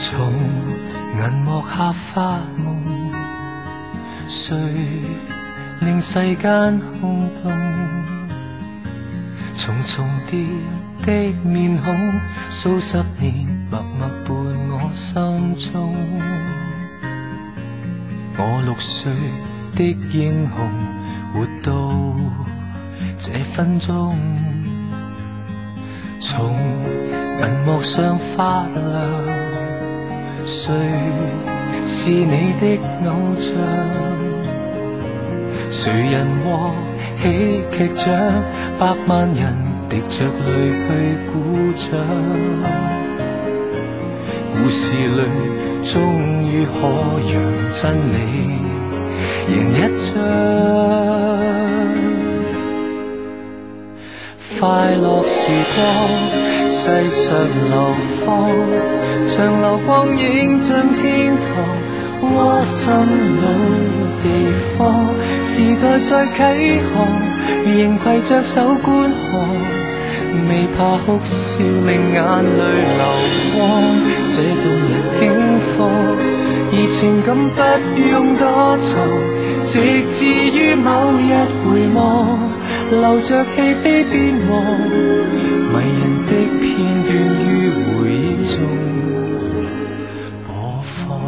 重，銀幕下發夢，誰令世間空洞？重重疊的面孔，數十年默默伴我心中。我六歲的英雄，活到這分鐘。從銀幕上發亮，誰是你的偶像？誰人獲喜劇獎？百萬人滴着淚去鼓掌。故事裏終於可讓真理贏一仗。快樂時光，世上流芳，長流光影像天堂，窩心老地方。時代在啟航，仍攜着手觀看，未怕哭笑令眼淚流光。這動人境況，而情感不用躲藏。直至於某日回望，流着氣悲變黃，迷人的片段於回憶中播放。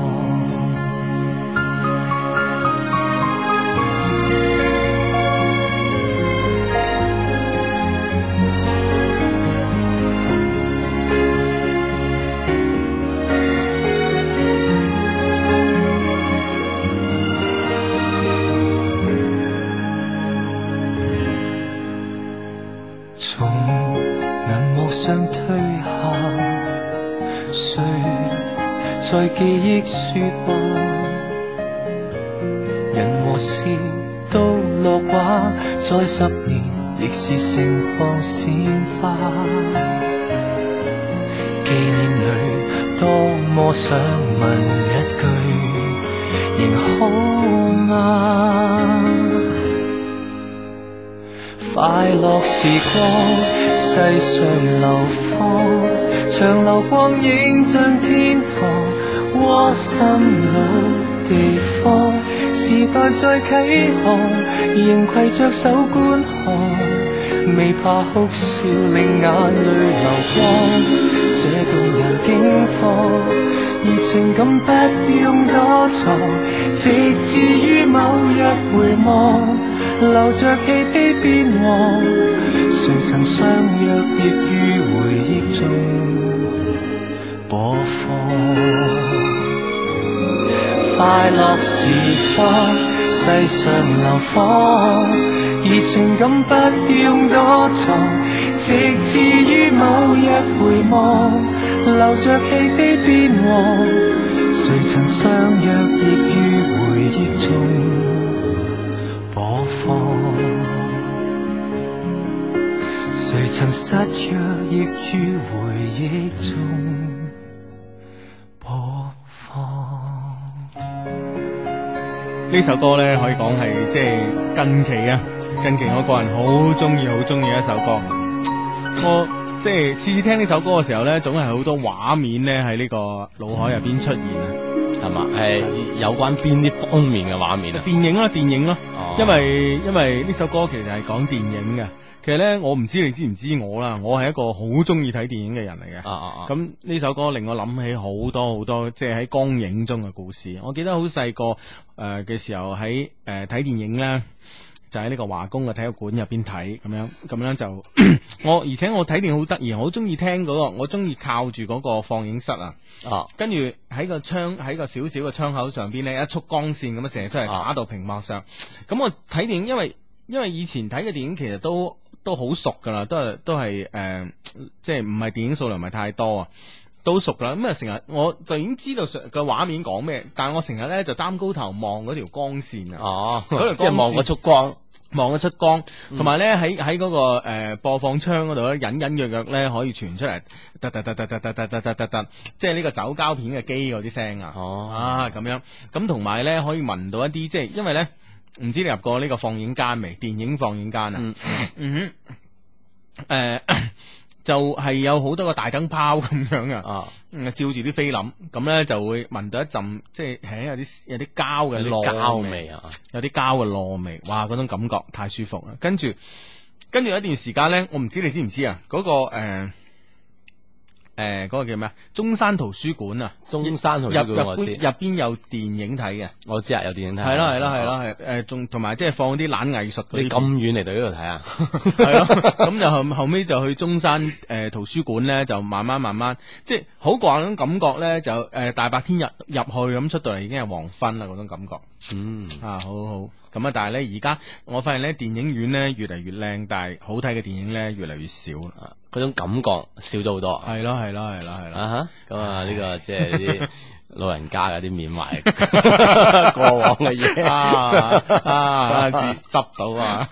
從銀幕上退下，誰在記憶說話？人和事都落畫，再十年亦是盛放鮮花。紀念裏多麼想問一句，仍好嗎？快樂時光，世上流芳，長流光影像天堂，窩心老地方。時代在啟航，仍攜着手觀看，未怕哭笑令眼淚流光。這動人境況，而情感不用躲藏，直至於某日回望。流着氣悲變黃，誰曾相約亦於回憶中播放。快樂時光，世上流芳，而情感不用躲藏，直至於某日回望，流着氣悲變黃，誰曾相約亦於回憶中。播放。誰曾失約，亦於回憶中播放。呢首歌咧可以講係即係近期啊，近期我個人好中意好中意一首歌。我即係次次聽呢首歌嘅時候咧，總係好多畫面咧喺呢個腦海入邊出現啊。係嘛？係有關邊啲方面嘅畫面啊？電影啦，電影啦，哦因為因為呢首歌其實係講電影嘅。其實咧，我唔知你知唔知我啦，我係一個好中意睇電影嘅人嚟嘅。啊啊啊！咁呢首歌令我諗起好多好多，即係喺光影中嘅故事。我記得好細個誒呃嘅時候喺誒睇電影咧，就喺呢個華工嘅體育館入邊睇咁樣，咁樣就 我而且我睇電影好得意，我好中意聽嗰、個，我中意靠住嗰個放映室啊，啊跟住喺個窗喺個小小嘅窗口上邊咧，一束光線咁樣射出嚟啊打到屏幕上。咁我睇電影，因為因為以前睇嘅電影其實都都好熟噶啦，都係都係誒、呃即係唔係電影數量唔係太多啊。都熟噶啦，咁啊成日我就已經知道上個畫面講咩，但係我成日咧就擔高頭望嗰條光線啊，哦，嗰條 即係光望線嗰束光嗯望得出光，同埋咧喺喺嗰個誒、呃播放窗嗰度咧，隱隱約約咧可以傳出嚟，突突突突突突突突突突突，即係呢個走膠片嘅機嗰啲聲啊，哦啊咁樣，咁同埋咧可以聞到一啲即係因為咧，唔知你入過呢嗯個放映間未？電影放映間啊，嗯哼，誒、就係有好多個大燈泡咁樣啊，啊，嗯照住啲菲林，咁咧就會聞到一陣，即係誒有啲有啲膠嘅啲膠膠味啊，有啲膠嘅糯味，哇！嗰種感覺太舒服啦。跟住，跟住有一段時間咧，我唔知你知唔知啊？嗰、個誒誒嗰個叫咩啊？中山圖書館啊，中山圖入書入館我邊知入邊有電影睇嘅，我知啊，有電影睇。係咯係咯係咯，係誒，仲同埋即係放啲懶藝術嗰你啲咁遠嚟到呢度睇啊？ 係咯，咁就後後尾就去中山誒、呃、圖書館咧，就慢慢慢慢，即係好慣嗰種感覺咧，就誒、呃大白天入入去咁出到嚟已經係黃昏啦嗰種感覺嗯，啊，好好咁啊！但係咧而家我發現咧電影院咧越嚟越靚，但係好睇嘅電影咧越嚟越少啦。啊嗰種感覺少咗好多啊係咯係咯係咯係咯，哈！咁啊，呢個即係啲老人家有啲緬 懷過往嘅嘢啊 啊自執到啊！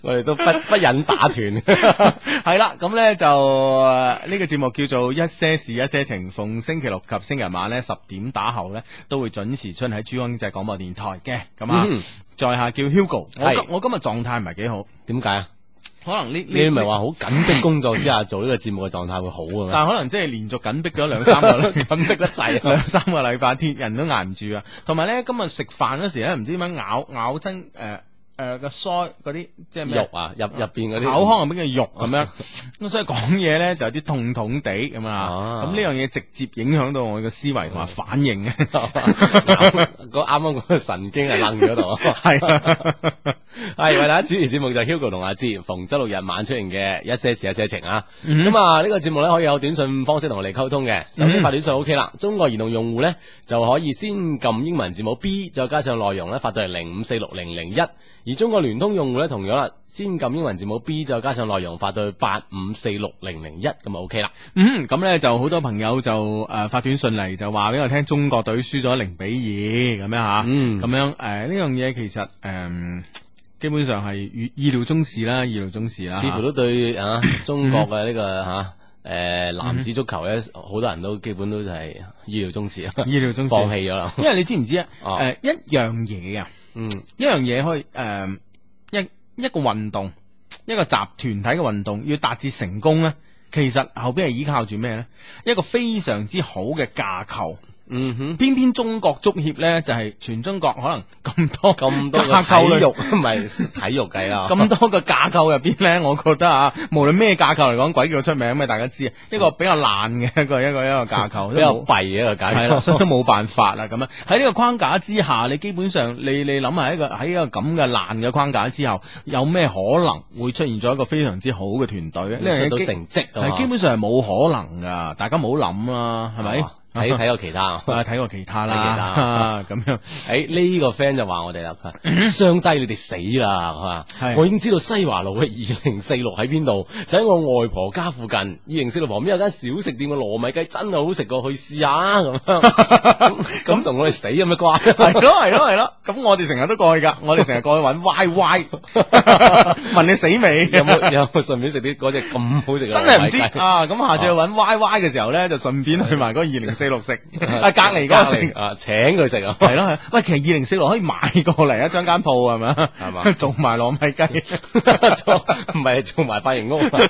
我哋都不不忍打 斷。系啦，咁呢就呃呢、個个节目叫做一些事一些情，逢星期六及星期日晚呢十點打後呢，都會準時出現喺珠江經濟廣播電台嘅。咁啊，嗯在下叫 Hugo，我係今我今日狀態唔係幾好，點解啊？可能呢你唔係話好緊迫工作之下做呢個節目嘅狀態會好 嘅咩？但可能即係連續緊逼咗兩三個 緊逼得滯啊兩三個禮拜，天人都捱唔住啊！同埋咧，今日食飯嗰時咧，唔知點樣咬咬真誒誒個腮嗰啲即係咩肉啊，入入邊嗰啲口腔入邊嘅肉咁樣，咁所以講嘢咧就有啲痛痛地咁啊啊。咁呢樣嘢直接影響到我嘅思維同埋反應 嘅，嗰啱啱嗰個神經係愣咗 啊度。係啊 係為大家主持節目就係 Hugo 同阿志，逢周六日晚出現嘅一些事一些情啊。嗯咁啊，呢個節目咧可以有短信方式同我哋溝通嘅，手機發短信 OK 啦。中國移動用戶咧就可以先撳英文字母 B，再加上內容咧發到嚟零五四六零零一。而中國聯通用戶咧同樣啦，先撳英文字母 B，再加上內容發到去八五四六零零一咁就 OK 啦。嗯，咁咧就好多朋友就誒、呃、發短信嚟就話俾我聽，中國隊輸咗零比二咁樣嚇，咁、嗯樣誒呃呢樣嘢其實誒、嗯基本上係預意料中事啦，意料中事啦，似乎嚇都對啊中國嗯嘅呢個嚇。誒男子足球咧，好多人都基本都係意料中事啊，意料中事，放棄咗啦。因為你知唔知啊？誒、哦一樣嘢啊！嗯，一樣嘢可以誒、呃一一個運動，一個集團體嘅運動要達至成功咧，其實後邊係依靠住咩咧？一個非常之好嘅架構。嗯哼。偏偏中國足協咧，就係、全中國可能咁多咁多架嘅構裏體育，唔係體育啊計啦， 咁多個架構入邊咧，我覺得啊，無論咩架構嚟講，鬼叫出名咩，大家知啊，呢個比較爛嘅一個一個一個架構，比較都冇弊啊嘅一個解 系啦，構。所以都冇辦法啦。咁樣喺呢個框架之下，你基本上你你諗下一個喺一個咁嘅爛嘅框架之後，有咩可能會出現咗一個非常之好嘅團隊咧？呢樣嗯出嘢到基成績啊係嘛基本上係冇可能噶，大家唔好諗啦，係咪？啊 睇睇過其他啊。啊，睇過其睇他其他 啦，咁樣誒呢個 friend 就話我哋啦，佢話相低你哋死啦，係嘛係？我已經知道西華路嘅二零四六喺邊度，就喺我外婆家附近。二零四六旁邊有間小食店嘅糯米雞真係好食過，去試下啊咁樣。咁同我哋死有咩關？係咯係咯係咯。咁我哋成日都過去㗎，哎我哋成日 過去揾 Y Y，問你死未？有冇有冇順便食啲嗰只咁好食嘅真糯係唔米知雞？啊！咁下次去揾 Y Y 嘅時候咧，就順便去埋嗰二零四六食， 哦啊隔離嗰個隔食離。啊，請佢食啊！系咯，係喂，其實二零四六可以買過嚟一張間鋪啊係咪係係嘛 做埋糯米 雞。做唔係做埋髮型屋啊。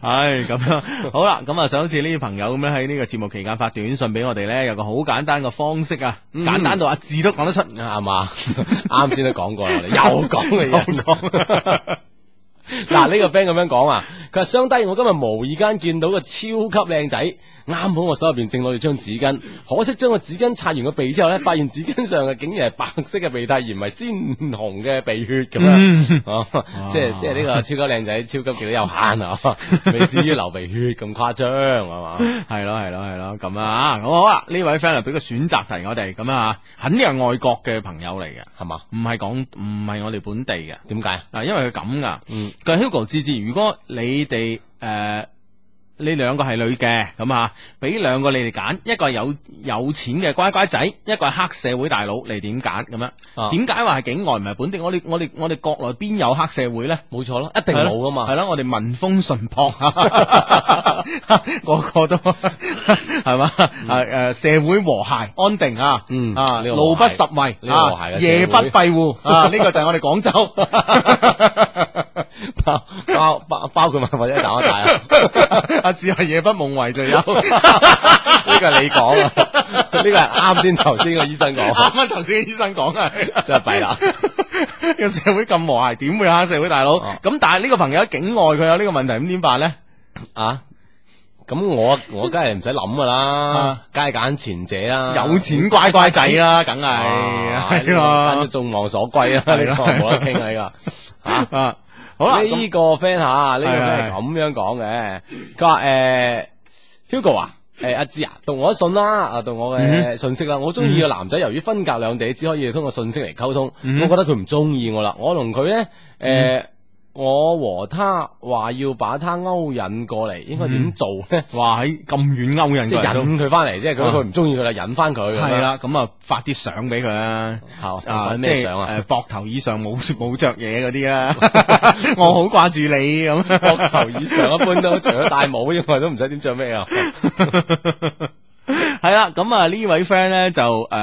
唉，咁樣好啦，咁啊，想好似呢啲朋友咁樣喺呢個節目期間發短信俾我哋咧，有個好簡單嘅方式啊，嗯簡單到阿志都講得出。啱 嘛？啱先都講過啦，我哋又講嘅嘢。講 嗱，呢個 friend 咁樣講啊，佢話相低，我今日無意間見到個超級靚仔，啱好我手入邊正攞住張紙巾，可惜將個紙巾擦完個鼻之後咧，發現紙巾上嘅竟然係白色嘅鼻涕，而唔係鮮紅嘅鼻血咁嗯樣。哦，即係即係呢個超級靚仔，超級幾多有限啊，未至於流鼻血咁誇張係嘛？係咯係咯係咯，咁啊，好好啦，呢位 friend 啊俾個選擇題我哋，咁啊，肯定係外國嘅朋友嚟嘅，係嘛？唔係講唔係我哋本地嘅。點解？嗱，因為佢咁噶。嗯佢話 Hugo 志志，如果你哋誒、呃你兩個係女嘅咁啊，俾兩個你哋揀，一個係有有錢嘅乖乖仔，一個係黑社會大佬，你點揀咁啊樣？點解話係境外唔係本地？我哋我哋我哋國內邊有黑社會咧？冇錯啦，一定冇噶嘛係。咯，我哋民風淳樸，個個都係嘛？誒誒，社會和諧安定啊，嗯啊，呢個和諧路不拾遺，呢個和諧嘅啊社會 夜不閉戶啊，呢個就係我哋廣州。包包包包括埋或者打一大啊， 阿志係夜不夢遺就有，啱 呢個係你講啊，呢個係啱先頭先個醫生講，啊啱頭先嘅醫生講 啊。真係弊啦。個社會咁和諧，點會黑社會大佬？哦咁、但係呢個朋友喺境外，佢有啊呢個問題，咁點辦咧？啊！咁我我梗系唔使谂噶啦啊，梗系拣前者啦，有錢乖乖仔 啦，梗啊係係呢個咯，眾望所歸啊！係呢個啦冇得傾啊！呢 個嚇啊，好啦，咁呢個 friend 嚇，呢個 friend 係係係咁樣講嘅，佢話誒 Hugo 啊。誒阿志啊，讀我信啦，啊讀我嗯嘅信息啦。我中意嘅男仔，由於分隔兩地，只可以通過信息嚟溝通。嗯我覺得佢唔中意我啦。我同佢咧，誒，我和他話要把他勾引過嚟，應該嗯點做咧？哇喺咁遠勾人即過係嚟都，啊引佢翻嚟，即係佢佢唔中意佢啦，引翻佢。係，啦，咁啊發啲相俾佢啦。係啊啊，咩即係相啊？誒膊頭以上冇冇着嘢嗰 啲啦， 我好掛住你咁。膊頭以上一般都除咗戴帽之外，都唔使點着咩啊？ 系啦，咁啊呢位 friend 咧就诶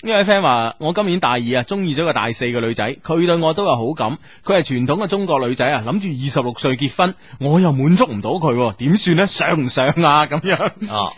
呢、位 friend 话我今年大二啊，中意咗个大四嘅女仔，佢對我都有好感，佢係傳統嘅中國女仔啊，諗住二十六歲結婚，我又滿足唔到佢喎，點算咧？上唔上啊？咁 樣啊，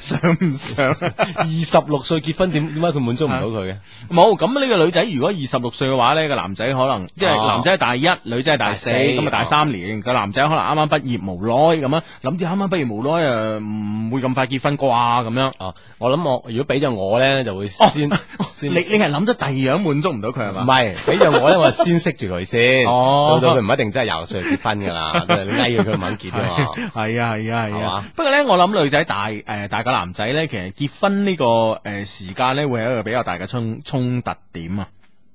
上唔上啊？二十六歲結婚點點解佢滿足唔到佢嘅？冇，咁呢個女仔如果二十六歲嘅話呢個男仔可能即係哦男仔係大一，女仔係大四，大四咁啊大三年，個男仔可能啱啱畢業無耐咁樣，諗住啱啱畢業無耐诶，唔會咁快結婚啩咁樣。啊，我諗我如果俾咗我咧，就會 先你先哦你系谂得第二樣滿足唔到佢係唔嘛？係俾咗我咧，我就 先識住佢先。哦到到佢唔一定真係廿六歲結婚㗎 啦，你嗌佢佢唔肯結啊嘛。系啊系啊系係啊嘛！不過咧，我諗女仔大诶、大個男仔咧，其實結婚呢、個个诶、时間咧，會係一個比較大嘅衝冲突點啊。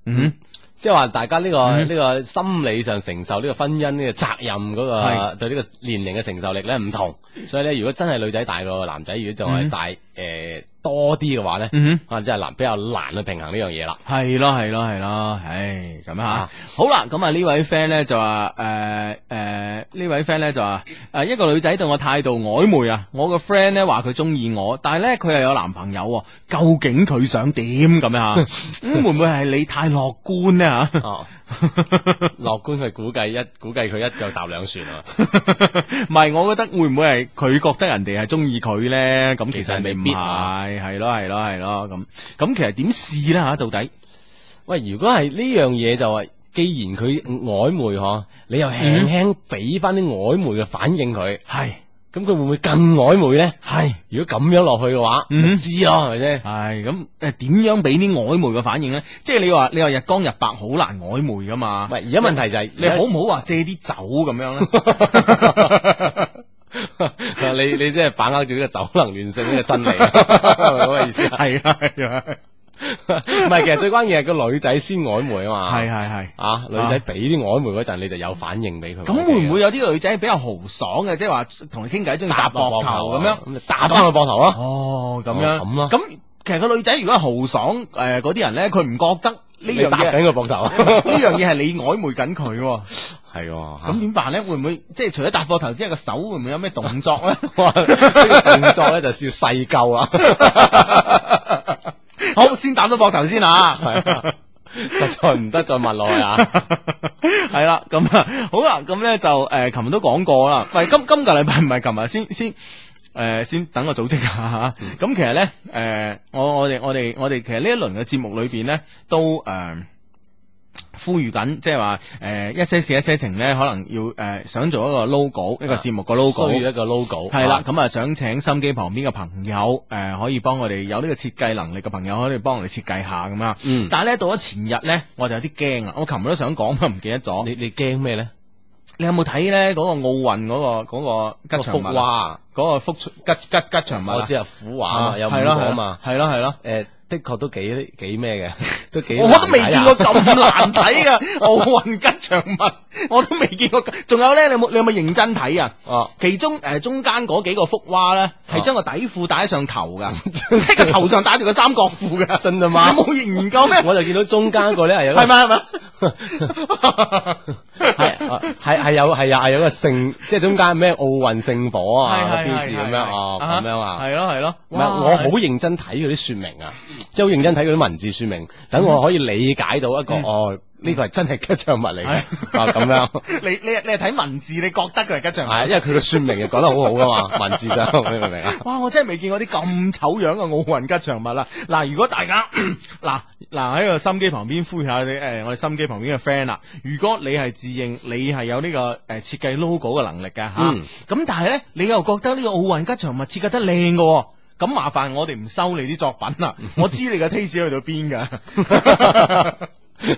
嗯即係話大家呢個呢個心理上承受呢個婚姻呢個責任嗰個係對呢個年齡嘅承受力咧唔同，所以咧如果真係女仔大過男仔，如果仲係嗯大誒多啲嘅話咧，嗯可能真係難比較難去平衡呢樣 嘢啦。哼，係咯係咯係咯，唉咁啊啊好啦，咁啊呢位 friend 咧就話诶诶呢位 friend 咧就話诶、誒一個女仔對我態度曖昧啊，我個 friend 咧話佢中意我，但係咧佢又有男朋友喎，究竟佢想點咁 樣啊？嗯、會唔會係你太樂觀咧吓？哦，樂觀佢估計一估計佢一腳踏兩船啊，唔係，我覺得會唔會係佢覺得人哋係中意佢咧？咁其其實實未未必必啊係，係咯係咯係咯咁。咁其實點試咧吓？到底喂，如果係呢樣嘢就係，既然佢曖昧嗬，你又輕輕俾翻啲曖昧嘅反應佢，嗯係咁佢會唔會更曖昧咧？係如果咁樣落去嘅話，嗯咪知咯，係咪先？係咁誒？點樣俾啲曖昧嘅反應咧？即係你話你話日光日白好難曖昧噶嘛？喂，而家問題就係你好唔好話借啲酒咁樣咧？ 啊 你你真係把握住呢個酒能亂性呢個真理， 係咪咁嘅意思啊？係啊係啊 唔係，其實最關鍵係個女仔先曖昧啊嘛。係係係。啊，女仔俾啲曖昧嗰陣，你就有反應俾佢。咁會唔會有啲女仔比較豪爽嘅，即係話同你傾偈中意搭膊頭咁樣？啊咁就打翻個膊頭咯？哦，咁樣哦咁咯咁其實個女仔如果係豪爽誒嗰啲人咧，佢唔覺得呢樣你搭嘢。緊個膊頭， 呢樣嘢係你曖昧緊佢喎， 係喎。咁點辦咧？會唔會即係除咗搭膊頭之外，個手會唔會有咩動作咧？哇呢個動作咧就叫細啊鳩啦， 好，先打咗膊頭先啊！係啊實在唔得再問落去 啊！係啦，咁啊，好啦，咁咧就誒，琴日都講過啦。喂，今今個禮拜唔係琴日，先先。誒、先等我組織下嚇，嗯咁其實咧，誒、我我哋我哋我哋其實呢一輪嘅節目裏邊咧，都誒。呼籲緊，即係話誒一些事一些情咧，可能要誒、想做一個 logo，一個節目個 logo，啊需要一個 logo 系啦，，咁啊想請心機旁邊嘅朋友，诶、可以幫我哋有呢個設計能力嘅朋友，可以幫我哋設計下咁啊。嗯但係咧到咗前日咧，我就有啲驚啊！我琴日都想講，不過唔記得咗。你你你驚咩咧？有冇睇咧嗰個奧運嗰、個嗰、個吉幅祥物啊？畫，嗰個福吉吉吉祥物啊，我知啊，虎畫啊啊嘛，有五個係咯啊嘛。，係咯係咯。诶、的確都幾幾咩 嘅，都幾我都未見難過睇啊咁難睇嘅奧運吉祥物，我都未見過咁。仲有咧，你有冇你有冇認真睇啊？哦，其中诶、呃中間嗰幾個幅畫咧，係將個底褲戴上頭 噶，即係個頭上戴住個三角褲噶。真啊你嘛， 冇研究咩？我就見到中間個咧係有 係咪係咪？係 啊係係有係有係有個聖，即係中間咩奧運聖火啊個標誌咁樣哦，咁樣啊。係咯係咯。唔係，我好認嗯真睇佢啲說明啊，即係好認真睇佢啲文字說明，等我可以理解到一個哦呢個係真係吉祥物嚟嘅，啊咁 樣。你你你係睇文字，你覺得佢係吉祥物？係，因為佢嘅說明又講得好好噶 嘛，文字上你明唔明啊？哇！我真係未見過啲咁醜樣嘅奧運吉祥物啦。嗱，如果大家 嗱嗱喺個心機旁邊呼籲下你誒，我哋心機旁邊嘅 friend 啦。如果你係自認你係有呢、個誒設計 logo 嘅能力嘅嚇，咁、嗯但係咧你又覺得呢個奧運吉祥物設計得靚嘅喎。咁麻煩我哋唔收你啲作品 啦，我知你嘅 taste 去到邊㗎。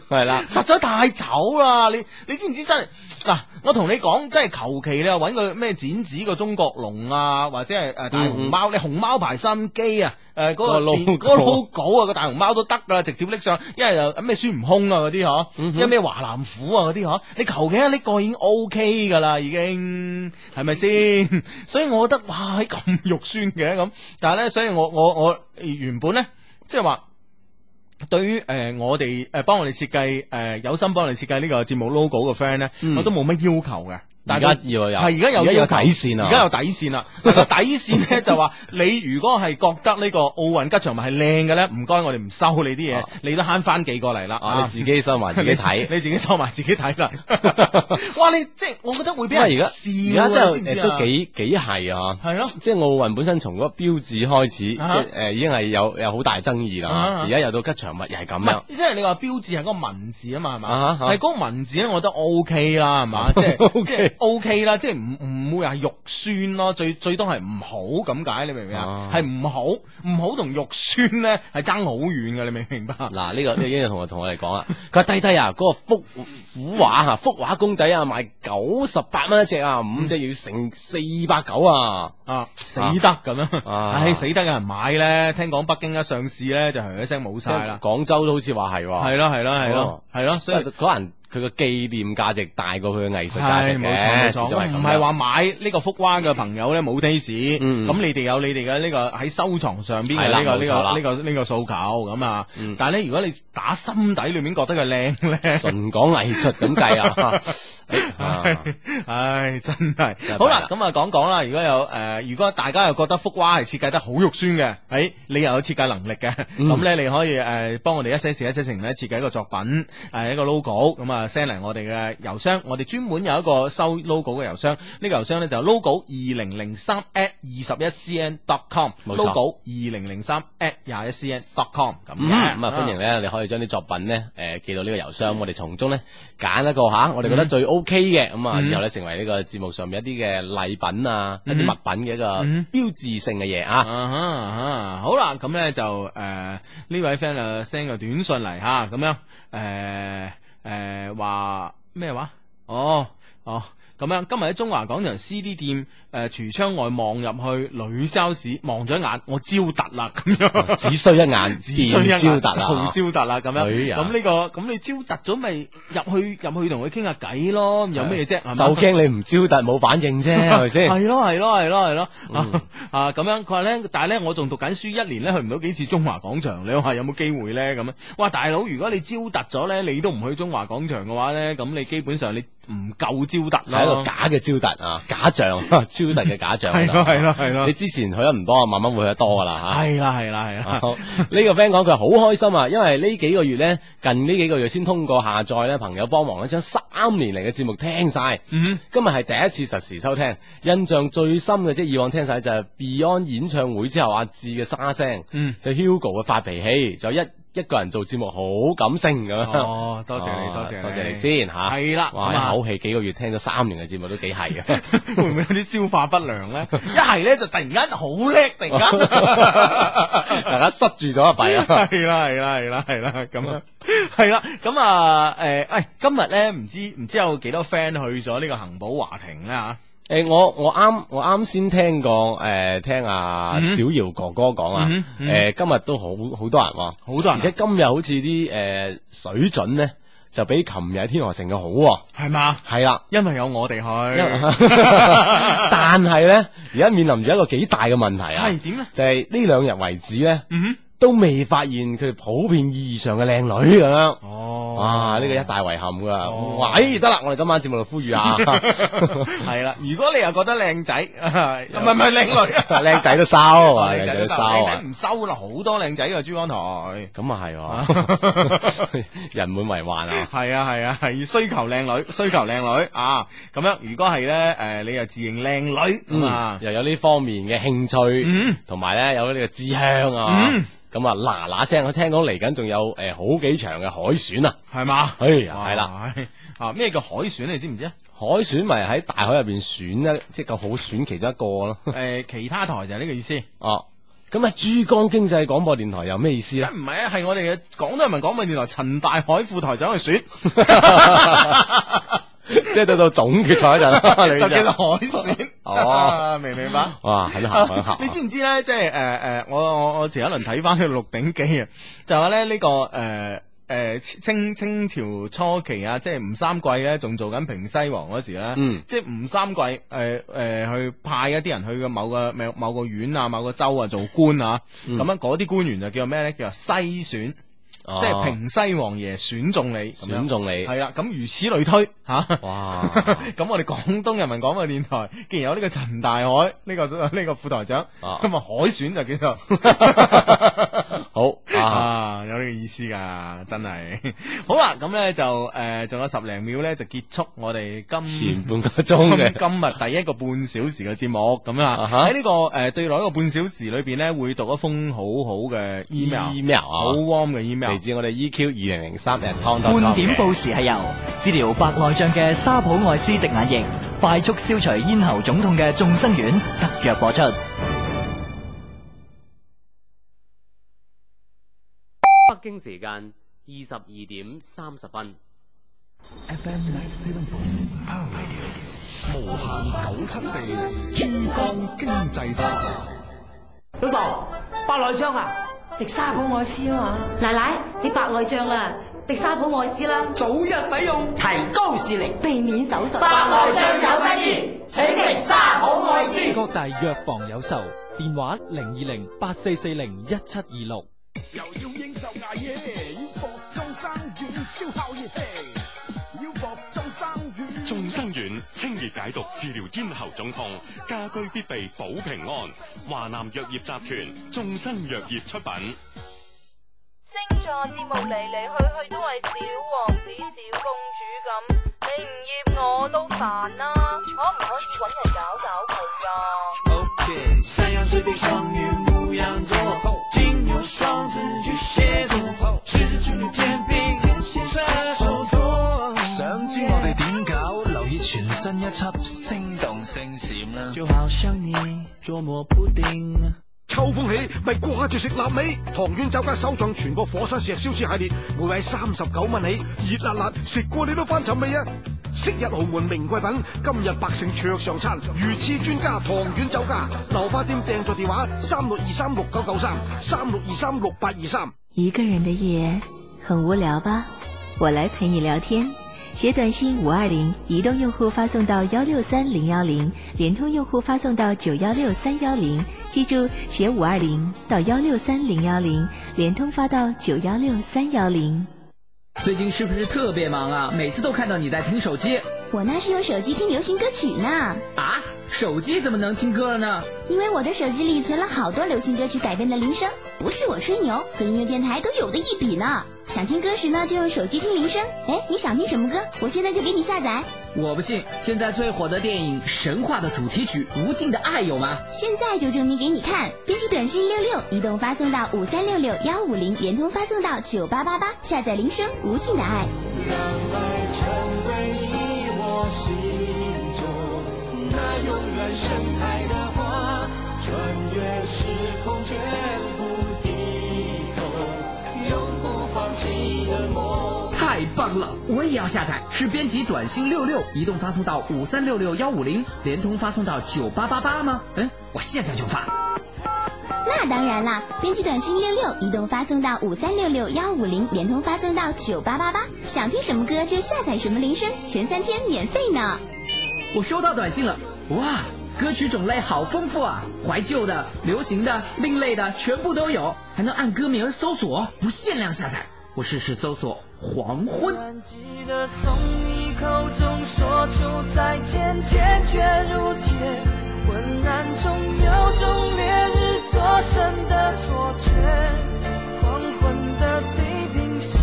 係啦，實在太醜啦！你你知唔知真係嗱？我同你講，真係求其你又揾個咩剪紙個中國龍啊，或者係誒大熊貓，你熊貓牌心機啊，誒、嗰、個個 logo 嗰個 logo 啊，個大熊貓都得噶啦，直接拎上，一係就咩孫悟空啊嗰啲嗬，一咩華南虎啊嗰啲嗬，你求其一拎個已經 OK 噶啦，已經係咪先？ 所以我覺得哇，咁肉酸嘅咁，但係咧，所以我我我原本咧，即係話。對於誒、呃我哋誒幫我哋設計誒有心幫我哋設計呢個節目 logo 嘅 friend 咧，嗯我都冇乜要求嘅。大但家係要有，係而家有而家有要求底線啊，而家有底 線啦。但個底線咧就話，你如果係覺得呢個奧運吉祥物係靚嘅咧，唔該我哋唔收你啲嘢啊，你都慳翻幾個嚟啦。啊，你啊，自己收埋自己睇。 你自己收埋自己睇啦。哇！你即係我覺得會俾因為人而家笑而家啊，真知唔知係誒啊都幾幾係啊，係咯即係奧運本身從嗰個標誌開始，即啊哈係誒已經係有有好大爭議啊哈啦。而家又到吉祥物又係咁唔係樣，，即係你話標誌係嗰個文字啊嘛，係嘛啊？哈係嗰個文字咧，我覺得 O K 啦，係 嘛？即係 OK 即係 O K 啦，即係唔唔會係肉酸咯，最最多係唔好咁解，你明唔明啊啊？係唔好，唔好同肉酸咧係爭好遠嘅，你明唔明白？嗱呢個呢個已經有同學同我哋講啦，佢話低低啊，嗰個幅幅畫嚇幅畫公仔啊，賣九十八蚊一隻啊，五隻要成四百九啊，嗯啊，死得咁樣，啊唉，死得有人買咧，聽講北京一上市咧就係一聲冇晒啦，廣州都好似話係喎，係咯係咯係哦咯係咯，所所以以。可能佢個紀念價值大過佢嘅藝術價值嘅，係冇錯冇錯，始終我係咁唔樣係話買呢個福娃嘅朋友咧冇 taste，嗯咁你哋有你哋嘅呢個喺收藏上邊係嘅啦呢個冇呢錯啦個呢個呢個訴求咁啊嗯。但係咧，如果你打心底裏面覺得佢靚咧，純講藝術咁計啊 哎啊，唉，真係係好啦弊啦。咁啊，講講啦。如果有誒，如果大家又覺得福娃係設計得好肉酸嘅，誒，你又有設計能力嘅，嗯咁咧你可以誒幫我哋一些事一些情咧設計一個作品，誒一個 logo，咁啊 send 嚟我哋嘅郵箱，我哋專門有一個收 logo 嘅郵箱，呢個郵箱咧就 logo 二零零三 at 二十一 cn dot 冇錯 com，logo 二零零三 at 廿一 cn dot com 咁嗯嘅咁啊，歡迎咧，你可以將啲作品咧，啊誒寄到呢個郵箱，我哋從中咧揀一個吓，我哋覺得最 OK 嘅，咁啊，嗯以後咧成為呢個節目上面一啲嘅禮品啊，一嗯啲物品嘅一個嗯標誌性嘅嘢啊。啊哈啊哈好啦，咁咧就呃誒呢、位 friend 啊 send 個短信嚟吓，咁樣誒誒話咩話？哦哦。咁樣，今日喺中華廣場 CD 店誒、櫥窗外望入去，女 sales 望咗一眼，我招突啦 咁 樣。只需一眼， 只需一眼見就招突啊！招突啦，咁樣哎呀咁呢、個咁你招突咗咪入去入去同佢傾下偈咯，有咩啫？係嘛哎 就驚你唔招突冇反應 啫，係咪先？嗯系咯系咯系咯系咯啊啊咁样，佢話咧，但係咧我仲讀緊書，一年咧去唔到幾次中華廣場，你話有冇機會咧咁樣？哇，大佬，如果你招突咗咧，你都唔去中華廣場嘅話咧，咁你基本上你唔夠招突係一個咯。假嘅招突啊，假象， 招突嘅假象。係咯係咯係咯你之前去得唔多，慢慢會去得多噶啦吓。係啦係啦係啦，好呢個 friend 講佢好開心啊，因為呢幾個月呢，近呢幾個月先通過下載呢朋友幫忙咧，將三年嚟嘅節目聽晒。嗯今日係第一次實時收聽，印象最深嘅即係以往聽晒就係 Beyond 演唱會之後阿志嘅沙聲，嗯。就 Hugo 嘅發脾氣，仲有一一個人做節目好感性咁樣。哦，多謝你，多謝多謝你先吓。係啦哇！咁啊一口氣幾個月聽咗三年嘅節目都幾 係啊嘅。會唔會有啲消化不良咧？ 一係咧就突然間好叻，突然 間。大家塞住咗啊弊啊！係啦係啦係啦係啦，咁啊係啦，咁啊诶，喂，今日咧唔知唔知有幾多 friend 去咗呢個啊恒寶華庭咧吓？诶、我我啱我啱先聽過诶、誒聽阿小姚哥哥講啊，诶、嗯哼嗯今日都好好多人喎、好多人而且今日好似啲诶水準咧就比琴日喺天河城嘅好喎、係嘛？係啦。因為有我哋去，因為 但係咧，而家面臨住一個幾大嘅問題啊， 係點咧？就係呢兩日為止咧，嗯都未發現佢哋普遍意義上嘅靚女咁樣。哦哇！呢個一大遺憾噶。哦哇！咦，得啦，我哋今晚節目就呼籲 啊， 系啦，如果你又覺得靚 仔，唔係唔係靚女 啊，靚仔都收啊， 靚靚仔仔都都收，收靚仔啊。唔收啦，好多靚仔嘅珠江台。咁啊係喎，人滿為患啊。系啊系啊系需求靚女，需求靚女啊！咁樣如果係咧，诶、你又自認靚女咁啊嗯，，又有呢方面嘅興趣，同埋咧有呢個志向啊嗯。咁啊嗱嗱聲，我聽講嚟緊仲有诶好幾場嘅海選啊。係嘛？哎呀，係啦。哇，啊咩叫海選你知唔知啊？海選咪喺大海入邊選一，即係夠好選其中一個咯。 诶、其他台就係呢個意思，哦，咁啊，珠江經濟廣播電台有咩意思咧？唔係啊，係我哋嘅廣東人民廣播電台陳大海副台長 去選， 即係到到總決賽嗰陣，就 你叫就做海選。哦， 明唔明白？哇，很行很行 你知唔知咧？即系诶诶，我我我前一輪睇翻佢《鹿鼎記》啊，就話咧呢個诶。誒、清清朝初期啊，即係吳三桂咧，仲做緊平西王嗰時咧，嗯即係吳三桂誒誒去派一啲人去嘅某個某某個縣啊、某個州啊做官啊，嗯咁、樣嗰啲官員就叫咩咧？叫做西選，哦即係平西王爺選中你，咁樣選中你，係啦。咁如此類推嚇。哇！ 咁我哋廣東人民廣播電台，既然有呢個陳大海呢、個呢、個副台長，啊咁啊海選就叫做 好啊，啊，有呢個意思㗎，真係 好啦。咁咧就誒，呃仲、有十零秒咧就結束我哋今前。半個鐘嘅， 今日第一個半小時嘅節目咁啊啊，哈喺呢個誒對落一個半小時裏邊咧，會讀一封好好嘅 email， email 好啊， warm 嘅 email 嚟。自我哋 EQ 二零零三日湯半點報時係由治療白內障嘅沙普愛斯滴眼液、快速消除咽喉腫痛嘅眾生丸特約播出。北京時間二十二點三十分。老豆，白內障啊，迪沙普愛斯啊嘛，奶奶，你白內障啦，迪沙普愛斯啦，早日使用，提高視力。避免手術。請嚟沙普愛斯。各大藥房有售，電話零二零八四四零一七二六。又要應酬捱夜，要搏眾生遠燒烤熱氣，要搏眾生遠。眾生丸清熱解毒，治療咽喉腫痛，家居必備保平安。華南藥業集團眾生藥業出品。星座節目嚟嚟去去都係小王子、小公主咁，你唔厭我都煩啊啦、可唔可以揾人搞搞佢啊？ OK，山羊、水瓶、雙魚、牧羊座、金牛、雙子、巨蟹座、獅子、處女、天秤、射手座。想知我哋點搞？留意全新一輯《聲動聲閃》啦！就好像你捉摸不定。秋風起，咪掛住食臘味。唐苑酒家首創全國火山石燒翅系列，每位三十九蚊起，熱辣辣，食過你都翻尋味啊！昔日豪門名貴品，今日百姓桌上餐。魚翅專家唐苑酒家，流花店訂座電話三六二三六九九三，三六二三六八二三。一个人的夜很无聊吧？我来陪你聊天。写短信五二零，移动用户发送到幺六三零幺零，联通用户发送到九幺六三幺零。记住，写五二零到幺六三零幺零，联通发到九幺六三幺零。最近是不是特别忙啊？每次都看到你在听手机我那是用手机听流行歌曲呢，啊？手机怎么能听歌了呢？因为我的手机里存了好多流行歌曲改编的铃声，不是我吹牛，和音乐电台都有的一比呢。想听歌时呢，就用手机听铃声。哎，你想听什么歌？我现在就给你下载。我不信，现在最火的电影《神话》的主题曲《无尽的爱》有吗？现在就证明给你看，编辑短信六六，移动发送到五三六六幺五零，联通发送到九八八八，下载铃声《无尽的爱》。太棒了，我也要下载。是编辑短信六六，移动发送到五三六六幺五零，联通发送到九八八八吗？嗯，我现在就发。那当然啦，编辑短信六六，移动发送到五三六六幺五零，联通发送到九八八八。想听什么歌就下载什么铃声，前三天免费呢。我收到短信了，哇，歌曲种类好丰富啊，怀旧的、流行的、另类的，全部都有，还能按歌名搜索，不限量下载。我试试搜索“黄昏还记得从你口中说出再见，坚决如铁，浑然中有种烈日灼身的错觉，黄昏的地平线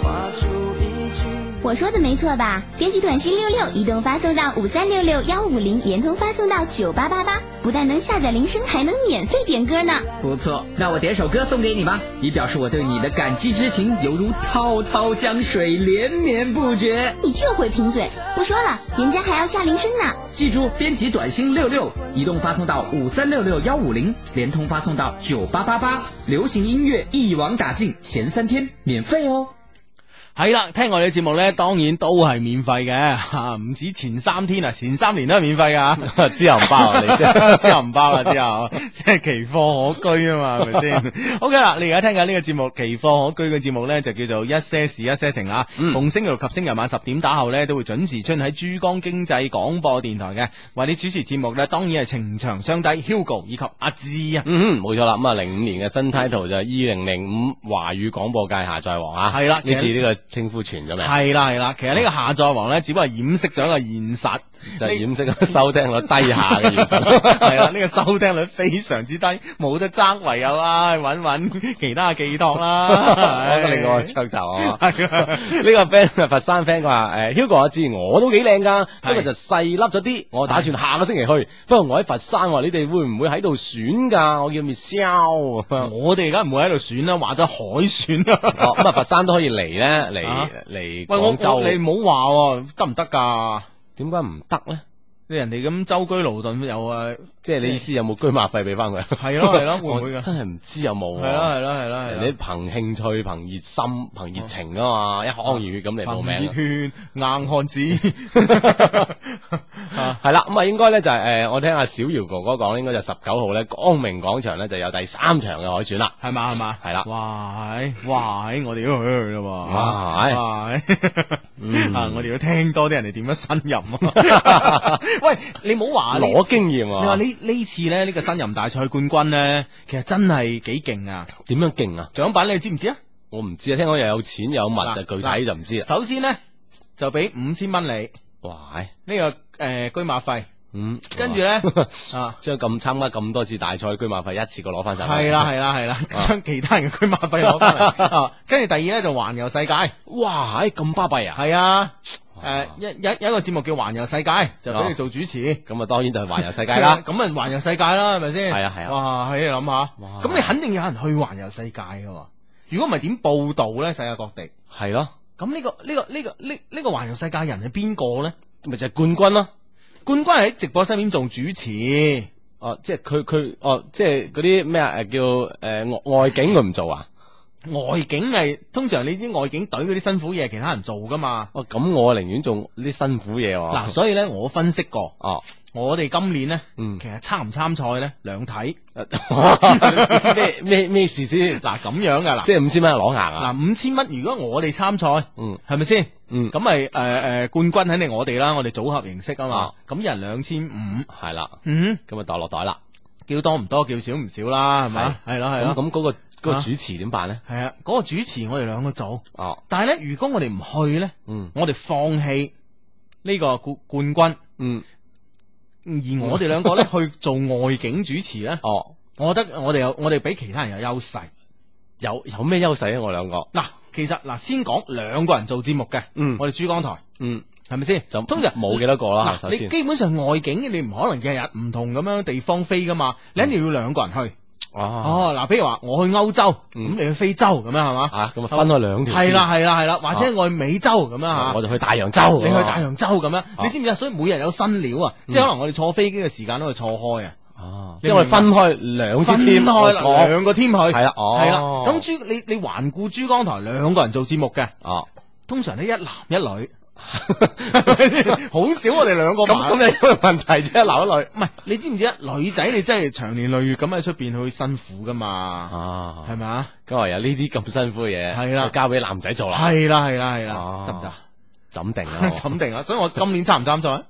画出一句。我说的没错吧？编辑短信六六，移动发送到五三六六幺五零，联通发送到九八八八，不但能下载铃声，还能免费点歌呢。”。不错，那我点首歌送给你吧，以表示我对你的感激之情，犹如滔滔江水连绵不绝。你就会贫嘴，不说了，人家还要下铃声呢。记住，编辑短信六六，移动发送到五三六六幺五零，联通发送到九八八八。流行音乐一网打尽，前三天免费哦。系啦，听我哋嘅节目咧，當然都係免費嘅 吓，唔止前三天啊，前三年都係免費 噶，知後唔包啊你真 係知後唔包啦，之後即係奇貨可居啊嘛，係咪 先？OK 啦，你而家聽緊呢個節目《奇貨可居》嘅節目咧，就叫做一些事一些情啊。嗯逢星期六及星期日晚十點打後咧，都會準時出現喺珠江經濟廣播電台嘅，為你主持節目咧，當然係情長相低 Hugo 以及阿志啊。 嗯哼，冇錯啦。咁啊，零五年嘅新 title 就係二零零五華語廣播界下載王啊。係啦呢次其實呢個稱呼傳咗未？係啦係啦，其實呢個下載王咧，只不過係掩飾咗一個現實，就係掩飾個收聽率低下嘅現實。係啦，呢個收聽率非常之低，冇得爭，唯有啦，揾揾其他寄託啦。 我覺得另外噱頭啊！呢個 friend 佛山 friend 佢話：誒 Hugo 阿志，我都幾靚㗎，不過就細粒咗啲。我打算下個星期去，不過我喺佛山喎，你哋會唔會喺度選㗎？我叫 Michelle 咁樣。我哋而家唔會喺度選啦，話得海選啦。咁啊，佛山都可以嚟咧，嚟啊嚟喂，我廣州我。你唔好話喎，得唔得㗎？點解唔得咧？你人哋咁周居勞頓又啊，即係你意思有冇居馬費俾翻佢？係咯係咯會唔會 㗎我真係唔知有冇喎。係啦係啦係啦係啦你憑興趣、憑熱心、憑熱情啊嘛，一腔熱血咁嚟報哦憑熱名。啊血硬漢子。 系啦，咁啊，應該咧就係诶，我聽阿小姚哥哥講，應該就十九號咧，光明廣場咧就有第三場嘅海選啦。系嘛系嘛，系啦，哇，唉哇，唉我哋都去去咯喎，哇唉嗯哇，唉 啊，我哋要聽多啲人哋點樣呻吟 啊！喂，你唔好話呢攞經驗你話啊！呢呢次咧呢個新任大賽冠軍咧，其實真係幾勁啊！點樣勁啊？獎品你知唔知啊？我唔知啊，聽講又有錢又有物，嗱就具體就唔知啊。首先咧就俾五千蚊你哇！唉呢個诶居馬費，嗯，跟 住咧啊將咁參加咁多次大賽嘅居馬費一次過攞翻晒。係啦係 啦係啦，啊將其他人嘅居馬費攞翻嚟啊！跟住第二咧就環遊世界。哇！唉咁巴閉啊！系啊，诶、一一一个节目叫《环游世界》，就哦俾你做主持。咁啊，當然就係環遊世界 啦。咁啊環遊世界啦，係咪先？係啊係啊哇，喺度諗哇下，咁你肯定有人去環遊世界嘅喎。如果唔係點報導咧？世界各地，係咯，咁呢、個呢、個呢、個呢呢、個環遊世界人係邊個咧？咪就係冠軍咯。冠軍係喺直播室面做主持，哦，即係佢佢哦，即係嗰啲咩啊？誒叫誒外外景佢唔做啊？外景係通常你啲外景隊嗰啲辛苦嘢，其他人做噶嘛。哦，咁我寧願做啲辛苦嘢喎。嗱，所以咧，我分析過，哦，我哋今年咧，嗯其實參唔參賽咧，兩睇。 咩咩咩事先？嗱咁樣噶，嗱即係五千蚊攞硬啊！嗱，五千蚊，如果我哋參賽，嗯係咪先？嗯，咁咪诶诶，冠軍肯定我哋啦，我哋組合形式啊嘛啊。咁一人兩千五，係啦，嗯，咁啊袋落袋啦。叫多唔多，叫少唔少啦，係咪？係咯係咁咯，咁嗰個嗰個啊主持點辦咧？係啊。嗰個主持我哋兩個組，哦，但係咧，如果我哋唔去咧，嗯我哋放棄呢個冠冠嗯，軍，而我哋兩個咧去做外景主持咧，哦，我覺得我哋有我哋比其他人有優勢。有有咩優勢咧？我兩個嗱，其實嗱，先講兩個人做節目嘅，嗯我哋珠江台嗯係咪先？就通常冇幾多個啦。嗱，首你先基本上外景你唔可能日日唔同咁樣地方飛噶嘛，你一定要兩個人去。嗯哦哦，嗱，譬如話我去歐洲，咁嗯你去非洲咁樣係嘛？啊，咁啊分開兩條線係啦係啦係啦，或者我去美洲咁樣啊吓我。就去大洋洲。哦嗯你去大洋洲咁樣，你知唔知啊？所以每人有新料啊，即係可能我哋坐飛機嘅時間都係錯開啊，哦，即係我哋分開兩支分 team 開啦我講兩個 team 去，係啦哦係啦。咁珠你你環顧珠江台兩個人做節目嘅，哦，通常呢一男一女， 好少我哋兩個咁埋咁有咩問題啫？男一女唔係，你知唔知啊？女仔你真係長年累月咁喺出边去辛苦噶嘛，啊係咪啊？今日有呢啲咁辛苦嘅嘢，係啦就交俾男仔做啦，係啦係啦係啦，哦得唔得啊？ 。枕定啦怎定啊？所以我今年參唔參賽？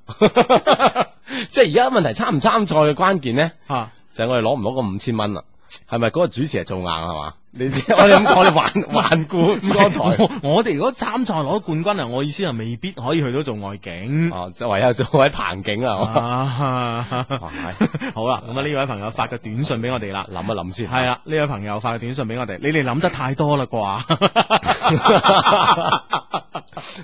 即系而家问题参唔参赛嘅关键咧，吓就系我哋攞唔攞嗰五千蚊啦，系咪嗰个主持系做硬系嘛？你知 我哋咁我哋玩玩冠嗰台。我我哋如果參賽攞冠軍啊，我意思係未必可以去到做外景。哦，就唯有做位棚景啊！ 好啦，咁啊呢位朋友發個短信俾我哋啦，諗一諗先。係啦，呢位朋友發個短信俾我哋，你哋諗得太多啦啩？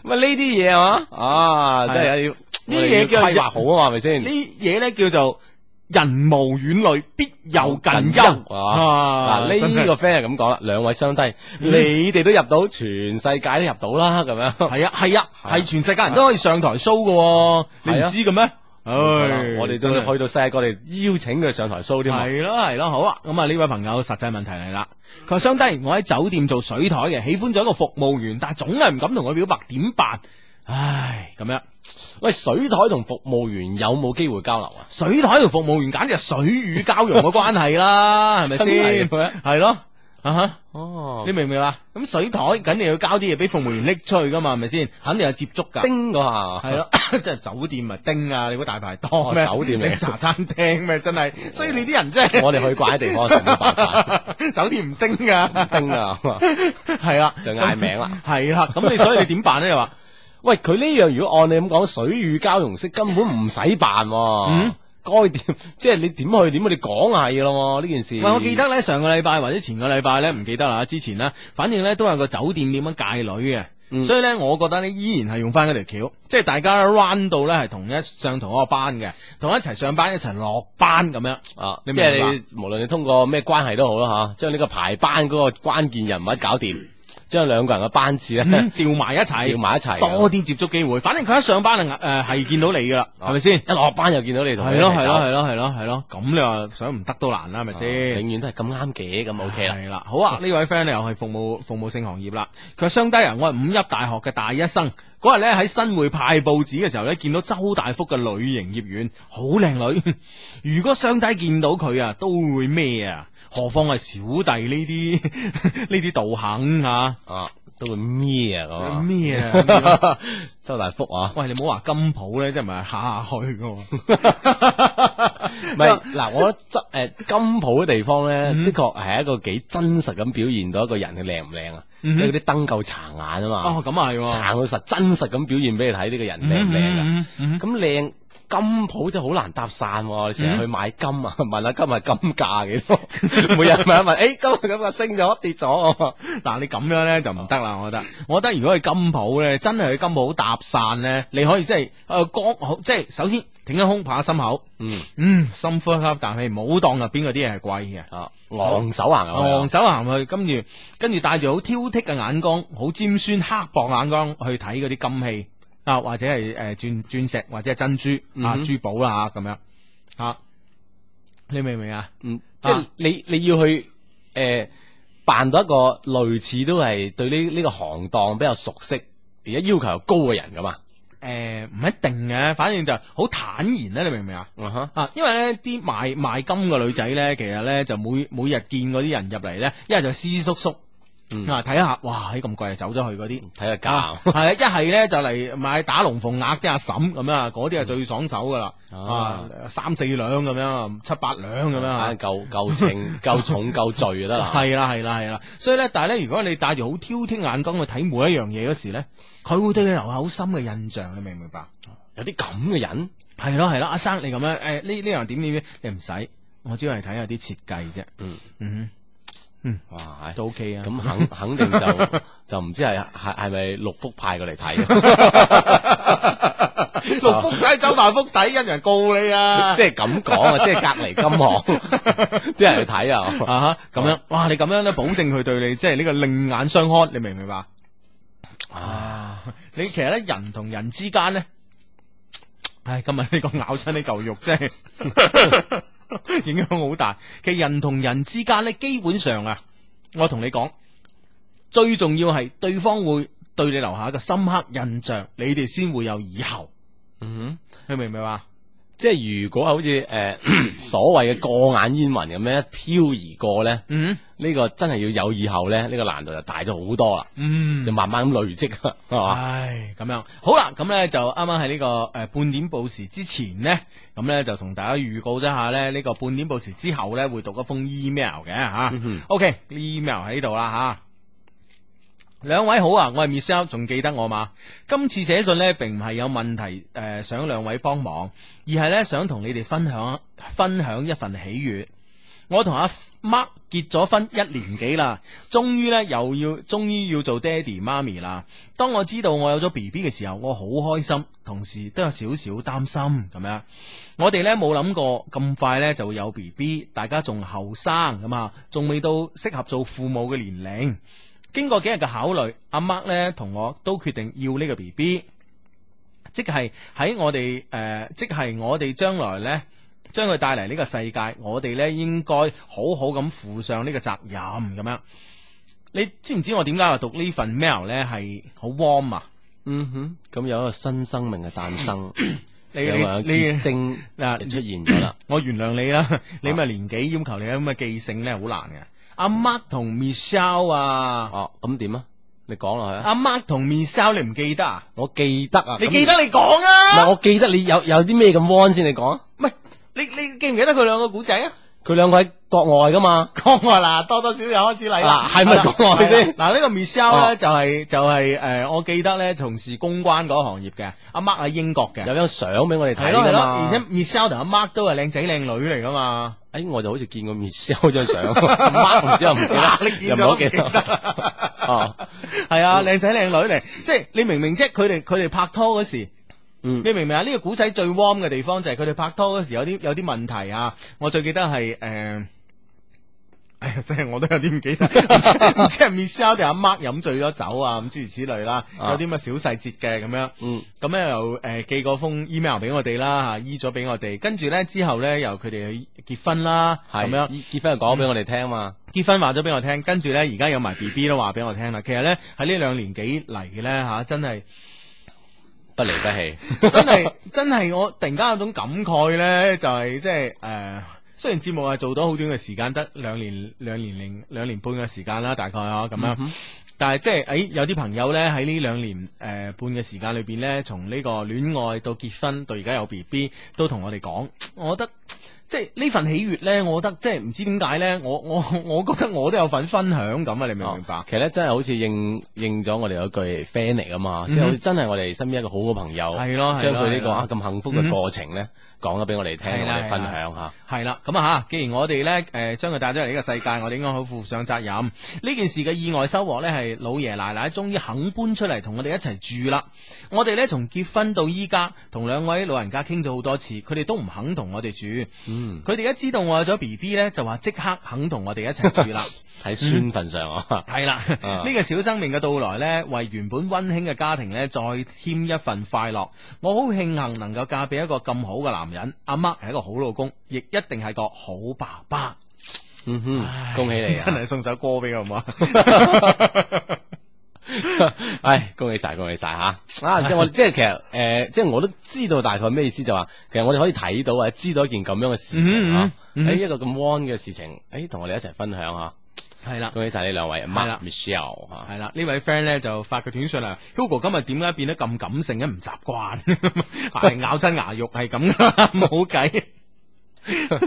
喂，呢啲嘢啊，啊，真係有呢啲嘢叫規劃好啊嘛，係咪先？呢嘢咧叫做人無遠慮，必有近憂啊！嗱，呢個 friend 係咁講啦，兩位相低，嗯你哋都入到，全世界都入到啦，咁樣。係啊，係啊，係全世界人都可以上台 show 嘅，你唔係啊知嘅咩？唉冇錯啦我哋仲要哎真係去到世界各地邀請佢上台 show 添啊。系咯系咯，好啦，咁啊呢位朋友實際問題嚟啦，佢話相低，我喺酒店做水台嘅，喜歡咗一個服務員，但係總係唔敢同佢表白，點辦？唉， 咁樣喂，水台同服務員有冇機會交流啊？水台同服務員簡直係水乳交融 嘅關係啦，係咪先？真係嘅係咯，啊哈。哦你明唔明啊？咁水台肯定要交啲嘢俾服務員拎出去噶嘛，係咪先？肯定有接觸噶。叮嗰下係 咯，即係酒店咪叮啊！你估大排檔哦咩？酒店嚟嘅你茶餐廳咩？真係，所以你啲人真係我哋去怪地方食冇辦法， 酒店唔叮噶，叮 啊！ 係啦，就嗌名啦。 係啦，咁你所以你點辦咧？你 話喂，佢呢樣如果按你咁講，水乳交融式根本唔使辦喎、嗯該點 即係你點去點，你講下嘢咯喎呢件事。喂，我記得咧上個禮拜或者前個禮拜咧，唔記得啦，之前咧，反正咧都有個酒店點樣戒女嘅。嗯所以咧，我覺得咧依然係用翻嗰條橋，即係大家 run 到咧係同一上同一個班嘅，同一齊上班一齊落班咁樣。啊，你即明係白你無論你通過咩關係都好啦吓，將呢個排班嗰個關鍵人物搞 掂，將兩個人嘅班次咧、 嗯調埋一齊，調埋一齊啊多啲接觸機會。反正佢一上班啊，誒係見到你噶啦，啊係咪先？一落班又見到你同佢係一咯，齊係走咯，係咯，係咯，係咯。咁你話想唔得都難啦，係咪先？永遠嗯都係咁啱嘅，咁嗯 OK 啦。系啦，好啊！呢位 friend 咧又係服務服務性行業啦，佢話相低人，我係五邑大學嘅大一生。嗰日咧喺新會派報紙嘅時候咧，見到周大福嘅女營業員，好靚女。 如果相低見到佢啊，都會咩啊？何況係小弟呢啲 呢啲道行啊？啊，都會咩啊咁啊？咩啊？ 周大福啊！喂，你唔好話金鋪咧，真係咪下下去噶？ 唔係嗱，我覺得執誒金鋪嘅地方咧，嗯的確係一個幾真實咁表現到一個人嘅靚唔靚啊，因嗯哼為嗰啲燈夠殘眼啊嘛哦，，咁啊係殘喎，到實真實咁表現俾你睇呢個人靚唔靚嗯嗯嗯嗯嗯㗎。咁靚金鋪真係好難搭訕喎，你成日去買金啊， 問 下今日金價幾多， 每日 問一問，誒今日咁啊升咗跌咗，嗱，你咁樣咧就唔得啦，我覺得。我覺得如果去金鋪咧，真係去金鋪搭訕咧，你可以即係诶光好，即係首先挺一胸，扒心口，嗯嗯，深呼吸啖氣，唔好當入邊嗰啲嘢係貴嘅。啊昂首行昂啊，手行去，跟住跟住帶住好挑剔嘅眼光，好尖酸刻薄眼光去睇嗰啲金器啊，或者係诶鑽鑽石或者係珍珠啊嗯哼珠寶啦吓咁樣吓，你明唔明啊？嗯，即係你你要去誒扮到一個類似都係對呢呢個行當比較熟悉，而家要求又高嘅人噶嘛。诶，唔、一定嘅，反正就好坦然咧，你明唔明啊？嗯哼，啊，因為咧啲賣賣金嘅女仔咧，其實咧就每每日見嗰啲人入嚟咧，一係就斯叔叔。嗯啊！睇下，哇！喺咁貴就走咗去嗰啲，睇下價係啊！一係咧就嚟買打龍鳳呃鴨啲阿嬸咁啊，嗰啲係最爽手噶啦，啊啊三四兩咁樣，七八兩咁樣啊啊，夠夠 稱、夠重、夠聚就得啦。系啦系啦系啦，所以咧，但系咧，如果你帶住好挑剔眼光去睇每一樣嘢嗰時咧，佢會對你留下好深嘅印象，你明唔明白？有啲咁嘅人，係咯係咯，阿生你咁樣，诶呢呢樣點點點，你唔使，我只係睇下啲設計啫。嗯 嗯哇哼，！都 OK 啊。咁 肯肯定就就唔知係係係咪六福派過嚟睇， 六福仔走埋福底，一人告你啊！即係咁講啊，即係隔離金行 啲人嚟睇啊，啊哈，咁樣，哇！你咁樣咧，保證佢對你即係呢個另眼相看，你明唔明白？啊！你其實咧，人同人之間咧，唉，今日呢個咬親呢嚿肉，真係 影響好大。其實人同人之間咧，基本上啊，我同你講，最重要係對方會對你留下一個深刻印象，你哋先會有以後。嗯哼。你明唔明白？即係如果係好似诶 所謂嘅過眼煙雲咁樣飄而過咧，嗯，呢個真係要有以後咧，呢個難度就大咗好多啦，嗯，就慢慢咁累積啦， 係嘛？唉，咁样好啦，咁咧就啱啱喺呢个诶半点报时之前呢，咁咧就同大家预告咗下咧，呢、個个半点报时之后咧会读一封 email 嘅吓、OK 啊 email 喺度啦吓。兩位好啊，我係 Michelle，仲記得我嘛？今次寫信呢，並唔係有問題誒、呃想兩位幫忙，而係呢，想同你哋分享分享一份喜悦。我同阿 Mark 結咗婚一年幾啦，終於呢又要，終於要做爹哋媽咪啦。當我知道我有咗 B B 嘅時候，我好開心，同時都有少少擔心咁樣。我哋呢冇諗過咁快呢就會有 B B，大家仲後生咁啊，仲未到適合做父母嘅年齡。經過幾日嘅考慮，阿 Mark 呢同我都決定要呢個 B B。即係喺我哋誒、呃即係我哋將來呢，將佢帶嚟呢個世界，我哋呢應該好好咁負上呢個責任咁樣。你知唔知我點解話讀呢份 mail 呢係好 warm 啊？嗯哼，咁有一個新生命嘅誕生， 你有個你你結晶嗱出現咗啦。啊我原諒你啦，你咪年紀要求你有咁嘅記性呢，好難嘅。阿 Mark 同 Michelle 啊，哦，咁點啊？你講落去啊！阿 Mark 同 Michelle 你唔記得啊？我記得啊，你咁記得你講唔啊？係我記得你有有啲咩咁 one 先，你講啊。你你記唔記得佢兩個古仔啊？佢兩個喺國外噶嘛？國外啊嗱，多多少少開始嚟啦，啊嗱係咪國外先係啦嗱，呢個 Michelle 哦咧就係就係誒，我記得咧從事公關嗰行業嘅，阿 Mark 喺英國嘅，有張相俾我哋睇係咯係噶咯，嘛而？且 Michelle 同阿 Mark 都係靚仔靚女嚟噶嘛。哎，我就好似見過 Michelle 張 相，Mark 唔知又唔記嗱 你得，又唔係見咗好唔記記得。得，哦，係啊，靚仔靚女嚟，即係你明明即係佢哋佢哋拍拖嗰時。嗯你明唔明啊？呢、個古仔最 warm 嘅地方就係佢哋拍拖嗰時有啲有啲問題啊！我最記得係誒。呃 哎呀，真係我都有啲唔記得，唔知唔知係 Michelle 定阿 Mark 飲醉咗酒啊，咁諸如此類啦，有啊啲乜小細節嘅咁樣。嗯，咁咧又誒寄個封 email 俾我哋啦，嚇，E 醫咗俾我哋，跟住咧之後咧由佢哋去結婚啦，咁係樣。嗯結婚就講俾我哋聽嘛。結婚話咗俾我聽，跟住呢，而家有埋 B B 都話俾我聽啦。其實呢，喺呢兩年幾嚟呢，吓、真係不離不棄，真係 真係我突然間有種感慨呢，就係即係诶，呃雖然節目係做到好短嘅時間，得兩年兩年零兩年半嘅時間啦，大概啊咁嗯樣。但係即係誒有啲朋友呢，喺呢兩年誒、呃半嘅時間裏邊呢，從呢個戀愛到結婚到而家有 B B，都同我哋講，我覺得即係呢份喜悦呢，我覺得即係唔知點解呢，我我我覺得我都有份分享咁啊！你明唔明白？其實咧真係好似應應咗我哋嗰句 friend 嚟噶嘛，即係好似真係我哋身邊一個好好朋友，嗯係咯係咯將佢呢係個咯嗯啊咁幸福嘅過程咧講咗俾我哋聽，係我啦哋分享下。係啦，咁啊吓，既然我哋呢誒將佢帶咗嚟呢個世界，我哋應該好負上責任。呢件事嘅意外收穫呢，係老爺奶奶終於肯搬出嚟同我哋一齊住啦。我哋呢，從結婚到依家，同兩位老人家傾咗好多次，佢哋都唔肯同我哋住。嗯，佢哋一知道我有咗 B B 呢，就話即刻肯同我哋一齊住啦。喺孫份上啊，嗯係啦，啊呢個小生命嘅到來呢，為原本温馨嘅家庭呢，再添一份快樂。我好慶幸能夠嫁俾一個咁好嘅男人，阿 Mark 係一個好老公，亦一定係個好爸爸。嗯哼，恭喜你 真啊！係送首歌俾佢好嘛？唉，恭喜晒，恭喜晒吓！ 啊，即系我即系其實诶、呃即係我都知道大概咩意思，就話其實我哋可以睇到或者知道一件咁樣嘅事情啊，喺、嗯嗯嗯一個咁 on 嘅事情，诶、同我哋一齊分享吓，係啦。恭喜晒呢兩位啦 Mark Michelle 吓。 系啦，呢位 friend 咧就發個短信啦，Hugo 今日點解變得咁感性咧？唔習 慣，係咬親牙肉係咁噶，冇計。 诶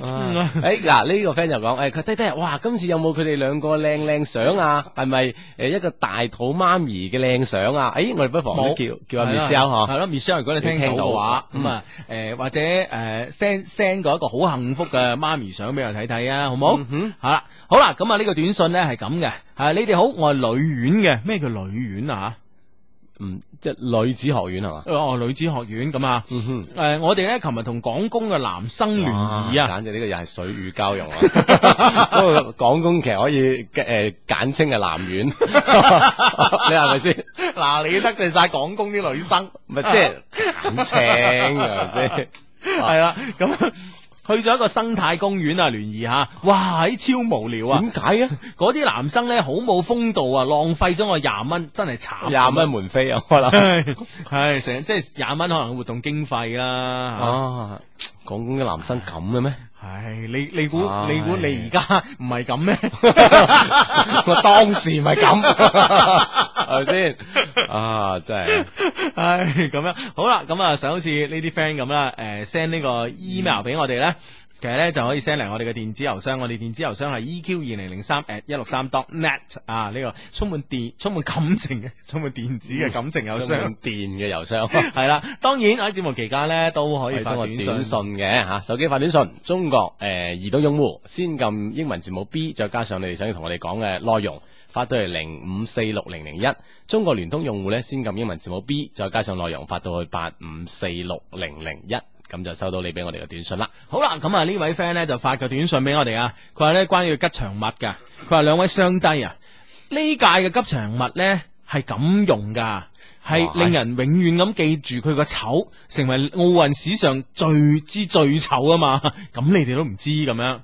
嗯哎嗱，呢個 friend 就講，哎诶佢低低，哇，今次有冇佢哋兩個靚靚相啊？係咪诶一個大肚媽咪嘅靚相啊？诶，我哋不妨都叫叫阿 Michelle 系吓，咯，Michelle 如果你聽你聽到到嘅話，嗯咁啊，诶或者诶 send send 過一個好幸福嘅媽咪相俾我睇睇啊，好冇？嗯好啦，好啦，咁啊呢個短信咧係咁嘅，啊你哋好，我係女院嘅，咩叫女院啊？嗯，即係女子學院係嘛？哦，女子學院咁啊，嗯哼，诶我哋咧琴日同廣工嘅男生聯哇誼啊。簡直呢個又係水乳交 融啊！嗰個廣工其實可以诶簡稱係南院，你 係咪先？ 嗱，你得罪晒廣工啲女生， 咪即係簡稱係咪先？係啦，咁啊去咗一個生態公園啊，聯誼吓，哇，喺超無聊啊！點解嘅？嗰啲男生咧好冇風度啊，浪費咗我廿蚊，真係慘。廿蚊門飛啊，可能係成即係廿蚊可能活動經費啦。啊，廣工嘅男生咁嘅咩？哦唉，你你估你估你而家唔係咁 咩？我當時咪咁，係咪先？啊，真係，唉，咁樣好啦，咁啊，想好似呢啲 friend 咁啦，誒 send 呢個 email 俾我哋咧。其實咧就可以 send 嚟我哋嘅電子郵箱，我哋電子郵箱係 EQ 二零零三 at 一六三 dot net 啊，呢、個充滿電、充滿感情嘅、充滿電子嘅感情郵充滿箱。電嘅郵 箱。係啦，當然喺節目期間咧都可以係發通過短短信。信嘅吓，手機發短信，中國誒、呃移動用戶先撳英文字母 B，再加上你哋想要同我哋講嘅內容，發到嚟零五四六零零一。中國聯通用戶咧先撳英文字母 B，再加上內容發到去八五四六零零一，咁就收到你俾我哋嘅短信啦。好啦，咁啊呢位 friend 咧就發個短信俾我哋啊，佢話咧關於吉祥物噶，佢話兩位雙低啊，呢屆嘅吉祥物咧係咁用噶，係令人永遠咁記住佢個醜，成為奧運史上最之最醜啊嘛， 咁你哋都唔知咁樣。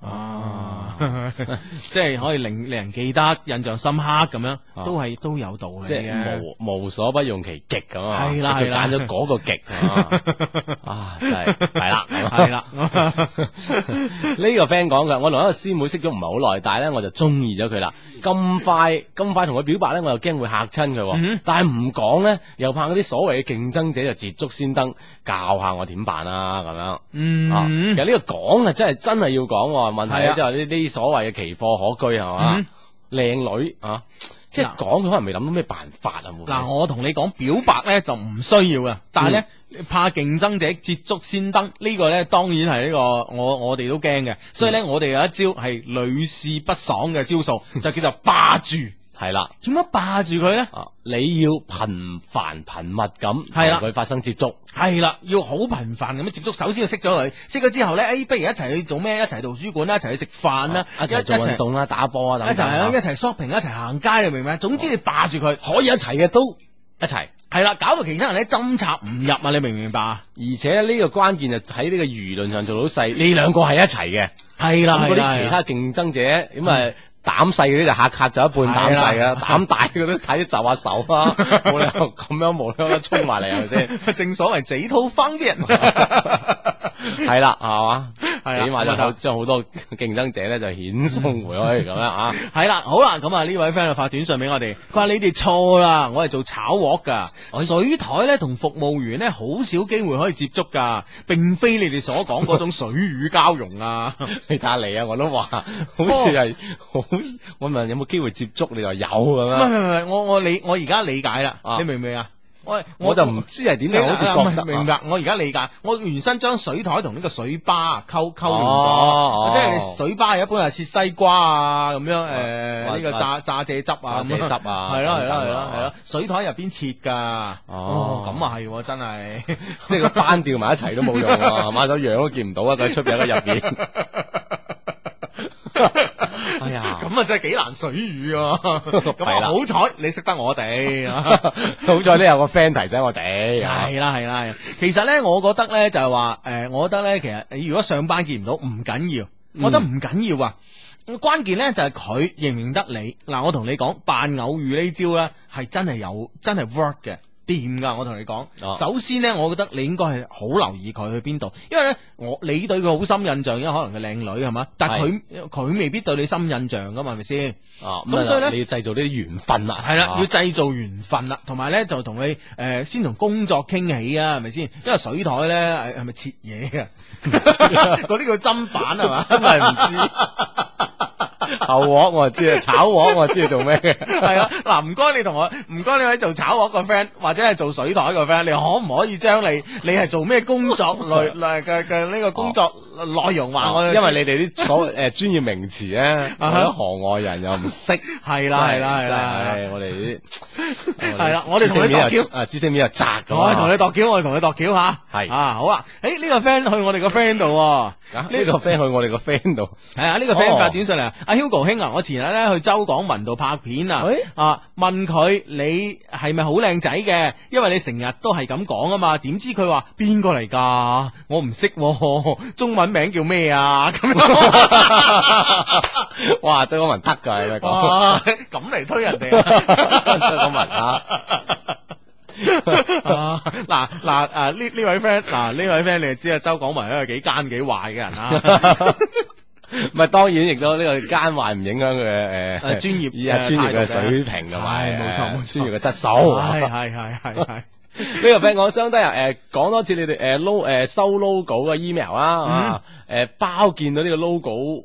啊，即係可以令令人記得、印象深刻咁樣， 啊都係都有道理即係啊嘅無無所不用其極咁啊！係啦佢係啦揀咗嗰個 極啊啊！真係係啦係啦。 呢個 friend 講嘅，我同一個師妹識咗唔係好耐，但係咧我就中意咗佢啦。咁快咁快同佢表白咧，我又驚會嚇親佢嗯喎。但係唔講咧，又怕嗰啲所謂嘅競爭者就捷足先登，教下我點辦啊咁樣。嗯啊其實呢個講啊，真係真係要講喎。問題係咧啊即係呢啲所謂嘅奇貨可居係嘛嗯，靚女啊，即係講佢可能未諗到咩辦法啊。會唔會嗱，我同你講表白咧就唔需要噶，但係嗯咧、怕競爭者捷足先登呢、個咧當然係呢、個我我哋都驚嘅，所以嗯咧我哋有一招係屢試不爽嘅 招數，就叫做霸住。系啦，點樣霸住佢咧？啊你要頻繁頻密咁同係啦佢發生接觸，係啦，要好頻繁咁樣接觸，首先要識咗佢，識咗之後咧，誒、不如一齊去做咩？一齊去圖書館啦，一齊去食飯啦，啊一齊做運動啦、打波啊等一齊啊等一。齊 shopping，一齊行街，你明唔明？總之你霸住佢，可以一齊嘅都一齊。係啦，搞到其他人咧針插唔入啊！你明唔明白啊？而且呢個關鍵就喺呢個輿論上做到細，你兩個係一齊嘅，係啦，咁嗰係啦嗯啲其他競爭者咁啊。膽細嗰啲就嚇嚇咗一半膽細係啊， 啦膽大嗰啲睇就下手 啊，冇理由咁樣無啦啦衝埋嚟啊係咪先？正所謂自套方便，係啦，係嘛？啦起碼咁啊就將好多競爭者咧就遣送回去咁樣啊。系啦，好啦，咁啊呢位 friend 就發短信俾我哋，佢話你哋錯啦，我係做炒鍋噶，哎水台咧同服務員咧好少機會可以接觸噶，並非你哋所講嗰種水乳交 融啊， 你睇下你啊，我都話好似係好，我問有冇機會接觸，你就話有咁唔係樣。唔係唔係，我我理我而家理解啦，啊你明唔明啊？我我就唔知係點解，好似你覺啊得唔係明白，我而家理解，我原身將水台同呢個水吧溝溝連哦咗，即係哦你水吧一般係切西瓜啊咁樣，或誒呢個或榨榨蔗汁啊，榨咁樣蔗汁啊係咯等係咯等係咯啊係咯，水台入邊切㗎，哦哦咁啊係喎，真係 即係個班調埋一齊都冇用啊，馬手樣都見唔到啊，佢喺出邊喺個入 邊。哎呀，咁啊真係幾難水 魚啊，咁係啦啊好彩你識得我哋啊。好在呢有個 friend 提醒我哋啊，系啦系啦，係啦其實咧，我覺得咧就係話，诶、我覺得咧，其實你如果上班見唔到唔緊要，嗯我覺得唔緊要啊。關鍵咧就係佢認唔認得你。嗱，我同你講，扮偶遇呢招咧係真係有，真係 work 嘅。掂噶，我同你講。哦首先咧，我覺得你應該係好留意佢去邊度，因為咧，我你對佢好深印象，因為可能佢靚女係嘛，但係佢佢未必對你深印象噶嘛，係咪先？啊咁所以呢你要製造呢啲緣分啦，系啦啊，要製造緣分啦，同埋咧就同佢诶先同工作傾起啊，係咪先？因為水台咧係係咪切嘢 啊？嗰啲叫砧板啊係嘛？真係唔知後鑊我就知啊，炒鑊我就知佢 做咩嘅，係啦，嗱，唔該你同我，唔該你位做炒鑊個 friend 或者係做水台個 friend，你可唔可以將你你係做咩工 作類類嘅嘅呢個工作內容話啊我哋知？哦啊因為你哋 啲所誒專業名詞咧，我啊哈哋行外人又唔識，係啦係啦真係係啦。唉我哋啲系啦，我哋同你度桥。啊，知識面又窄咁啊。我哋同你度桥，我哋同你度桥吓，係啊好啊，诶呢个 friend 去我哋个 friend 度喎，啊呢個 friend 去我哋哦個 friend 度，系啊，呢個 friend 發短信嚟啊，阿 Hugo 兄啊，我前日咧去周廣文度拍片啊，啊問佢你係咪好靚仔嘅？因為你成日都係咁講啊嘛，點知佢話邊個嚟㗎？我唔識喎， 中文名叫咩啊？咁樣哇，周廣文得㗎，你咪講哇哦咁嚟推人哋啊！周廣文啊。啊嗱嗱啊呢呢位 friend 嗱呢位 friend 你就知啊，周廣文係一個幾奸幾壞嘅人 啦。唔係當然，亦都呢個奸壞唔影響佢嘅誒誒專 業啊誒專業嘅態度嘅水平同埋係冇錯誒冇錯專業嘅質素。係係係係係。呢個 friend 講相低啊，誒講多次你哋誒 lo 誒收 logo 嘅 email 嗯啊，誒包見到呢個 logo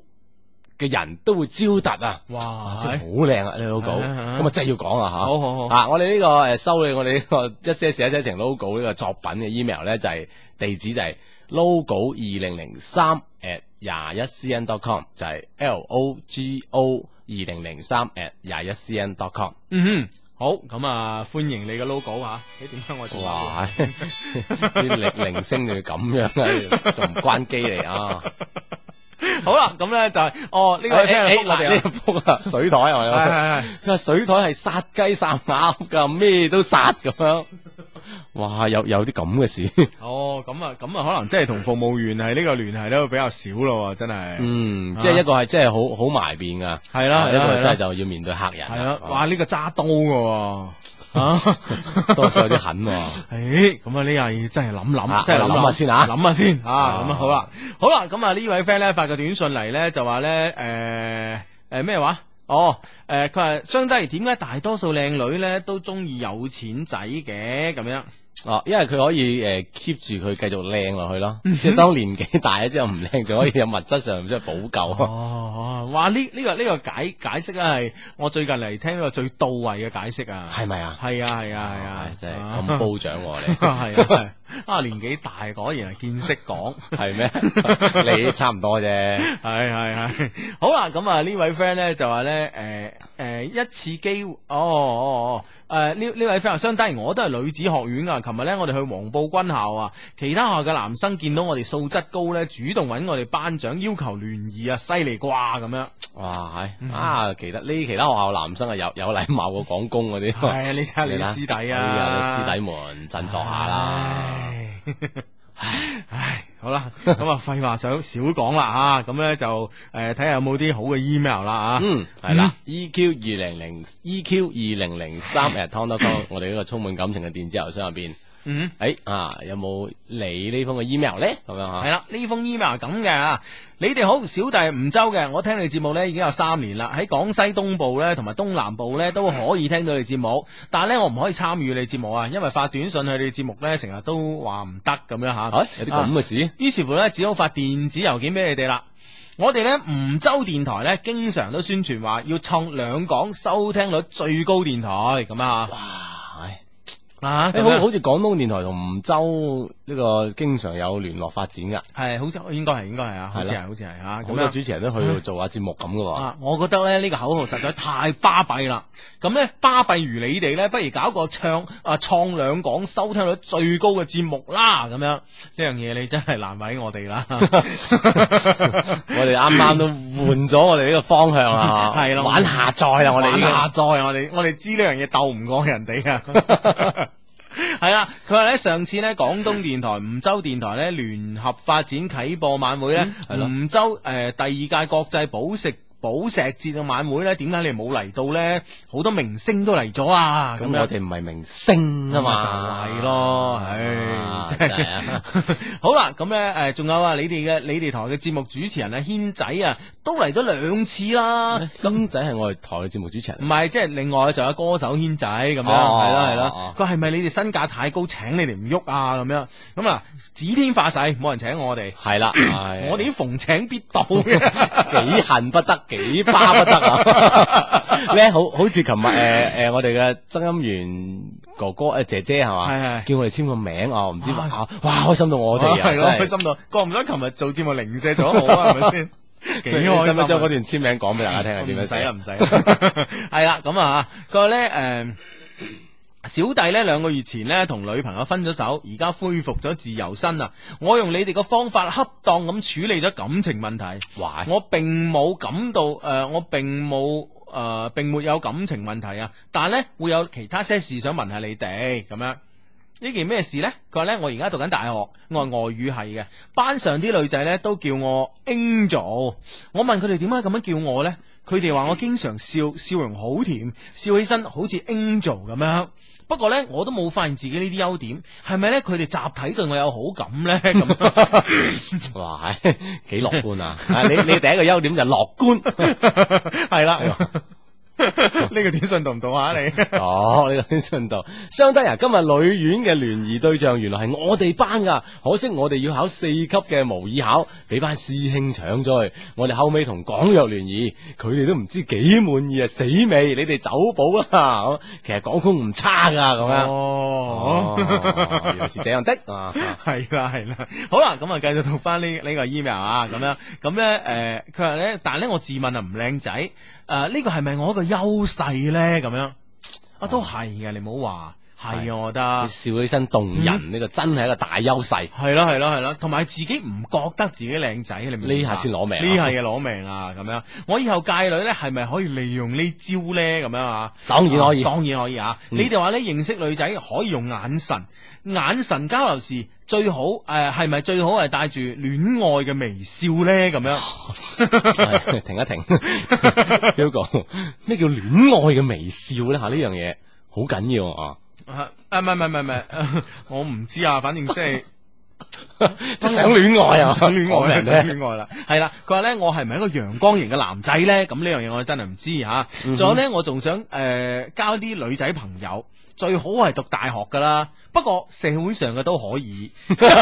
嘅人都會招突啊！哇 真係好靚啊！呢個 logo，係係係咁啊真係要講啊吓，好好好啊！我哋呢個誒收你我哋呢個一些事一些情 logo 呢個作品嘅 email 咧，就係地址就係 logo 二零零三 at 廿一 cn dot com，就係 l o g o 二零零三 at 廿一 cn dot com。嗯哼，好，咁啊，歡迎你嘅 logo 吓，你點解我電話哇！ 啲零零星就要咁樣啊，仲唔關機嚟啊！好啦，咁咧就係哦呢個誒 friend 誒覆我哋嗱呢啊個福啊，水台啊我有係係係佢話水台係殺雞殺鴨㗎，咩都殺咁樣。哇！有有啲咁嘅事，哦，咁啊，咁啊，可能真係同服務員係呢個聯繫都比較少咯喎，真係。嗯，即係一個係真係好好埋變噶，係啦啊係一啦個係真啦係就要面對客人啊係啊啦啦，，哇！呢個揸刀嘅喎，啊， 多數有啲狠喎。誒，咁啊呢樣嘢真係諗啊諗，真係諗諗下先啊諗下先啊，咁啊好啦，好啦，咁啊呢位 friend 咧發個短信嚟咧就話咧誒誒咩話？哦，誒佢話相低點解大多數靚女咧都中意有錢仔嘅咁樣？哦，因為佢可以诶 keep 住佢繼續靚落去咯， 即係當年紀大咗之後唔靚，就可以有物質上即係補救。哦，哇！呢呢、個呢、個解解釋咧係我最近嚟聽一個最到位嘅解釋啊，係咪啊？哦係啊係啊係啊，真係咁褒獎我你 係啊係 啊年紀大果然係見識廣，係咩？ 你差唔多啫。係係係。好啦，咁啊呢位 friend 咧就話咧誒誒一次機會，哦哦哦，誒呢呢位 friend 話相低，我都係女子學院啊。琴日咧我哋去黃埔軍校啊，其他學校嘅男生見到我哋素質高咧，主動揾我哋班長要求聯誼啊，犀利啩咁樣。 哇，嗯係啊，其他呢其他學校男生啊有有禮貌過廣工嗰啲， 係啊你 睇下你啲啦師弟啊哎呀你師弟們振作下啦，好啦，咁啊，廢話想少講啦啊吓，咁咧就诶睇下有冇啲好嘅 email 啦啊吓。嗯，係啦，EQ 二零零 EQ 二零零三 at t o n d o 我哋呢個充滿感情嘅電子郵箱入邊，嗯，誒啊，有冇你呢封嘅 email 咧？咁啊樣係嚇，啦，啊呢封 email 係咁嘅啊，你哋好，小弟梧州嘅，我聽你節目咧已經有三年啦，喺廣西東部咧同埋東南部咧都可以聽到你節目，但係咧我唔可以參與你節目啊，因為發短信去你節目咧成日都話唔得咁樣吓。啊有啲咁嘅事。於是乎咧，只好發電子郵件俾你哋啦。我哋咧梧州電台咧，經常都宣傳話要創兩港收聽率最高電台咁啊！哇！啊，誒咁哎好好好似廣東電台同梧州呢個經常有聯絡發展㗎，係好似應該係應該係啊，好似係係啦好似係啊，好咁多樣主持人都去做下節目咁㗎喎。啊，我覺得咧呢、個口號實在太巴閉啦。咁咧巴閉如你哋咧，不如搞個唱啊創兩港收聽率最高嘅節目啦。咁樣呢樣嘢你真係難為我哋啦。我哋啱 啱都換咗我哋呢個方向啦，係啊啦玩下載啦，我哋已玩經下載啊，我哋我哋知呢樣嘢鬥唔過人哋啊。 系啦，佢話咧上次咧廣東電台、梧州電台咧聯合發展啟播晚會咧，嗯係咯梧州诶、呃第二屆國際寶石寶石節嘅晚會咧，點解你哋冇嚟到咧？好多明星都嚟咗啊！咁咁我樣哋唔係明星啊嘛，就係咯，唉啊，真真係係啊！好啦，咁咧诶，誒仲有啊，你哋嘅你哋台嘅節目主持人啊，軒仔啊，都嚟咗兩次啦。金仔係我哋台嘅節目主持唔人，係，即係另外仲有歌手軒仔咁樣，係哦啦係啦哦。佢係咪你哋身價太高，請你哋唔喐啊？咁樣咁啊，指天發誓，冇人請我哋， 係啦，啊我我哋啲逢請必到嘅。幾恨不得，幾巴不得啊！ 咧好好似琴日诶诶，我哋嘅曾音源哥哥诶姐姐係係嘛，係叫我哋簽個名啊，唔知哇哇開心到我哋啊， 係咯，開真係心到，怪唔得琴日做節目零舍咗好啊，係 咪先？幾你開使唔心使將啊嗰！段簽名講俾大家聽係點樣唔使 寫啊啦，唔使啦。係啦，咁啊，佢話咧诶。誒小弟呢兩個月前呢同女朋友分咗手，而家恢復咗自由身啊！我用你哋嘅方法恰當咁處理咗感情問題，我並冇感到誒、呃我並冇誒、呃，並沒有感情問題啊！但係呢會有其他些事想問下你哋咁樣。呢件咩事呢？佢話呢，我而家讀緊大學，我係外語系嘅，班上啲女仔呢都叫我 Angel。我問佢哋點解咁樣叫我呢？佢哋話我經常笑，笑容好甜，笑起身好似 Angel 咁樣。不過呢，我都冇發現自己呢啲優點，係咪呢？佢哋集體對我有好感呢？ 咁哇，幾樂觀啊！啊你你第一個優點就係樂觀，係啦。 呢個短信讀唔到啊你？ 哦，呢、個短信度，相低啊！今日女院嘅聯誼對象原來係我哋班噶，可惜我哋要考四級嘅模擬考，俾班師兄搶咗去。我哋後尾同廣藥聯誼，佢哋都唔知幾滿意啊！死未？你哋走寶啦！咁其實廣工唔差噶，咁樣。哦原來是這樣的 啊！係啦係啦，好啦，咁啊繼續讀翻呢呢個 email 啊，咁樣咁咧誒，佢話咧，但係咧我自問啊唔靚仔，誒、呢個係咪我一個優勢咧？咁樣啊都係嘅，你唔好話係啊，我覺得嗯笑起身動人，呢個真係一個大優勢。係咯係咯係咯，同埋自己唔覺得自己靚仔，你明唔明呢下先攞命啊呢下嘢攞命啊！咁樣，我以後界女咧係咪可以利用呢招咧？咁樣啊？當然可以啊當然可以啊！嗯你哋話咧認識女仔可以用眼神，眼神交流時最好誒係咪最好係帶住戀愛嘅微笑咧？咁樣。 係哎停一停，Hugo，咩叫戀愛嘅微笑咧？吓呢樣嘢好緊要啊！啊啊唔係唔係唔係唔係， 呃我唔知啊，反正即係 即係想戀愛啊想戀愛啦，講明啫想戀愛啦，係啦。佢話咧，我係咪一個陽光型嘅男仔咧？咁呢樣嘢我真係唔知吓。嗯哼仲有咧，我仲想誒交啲女仔朋友，最好係讀大學噶啦。不過社會上嘅都可以。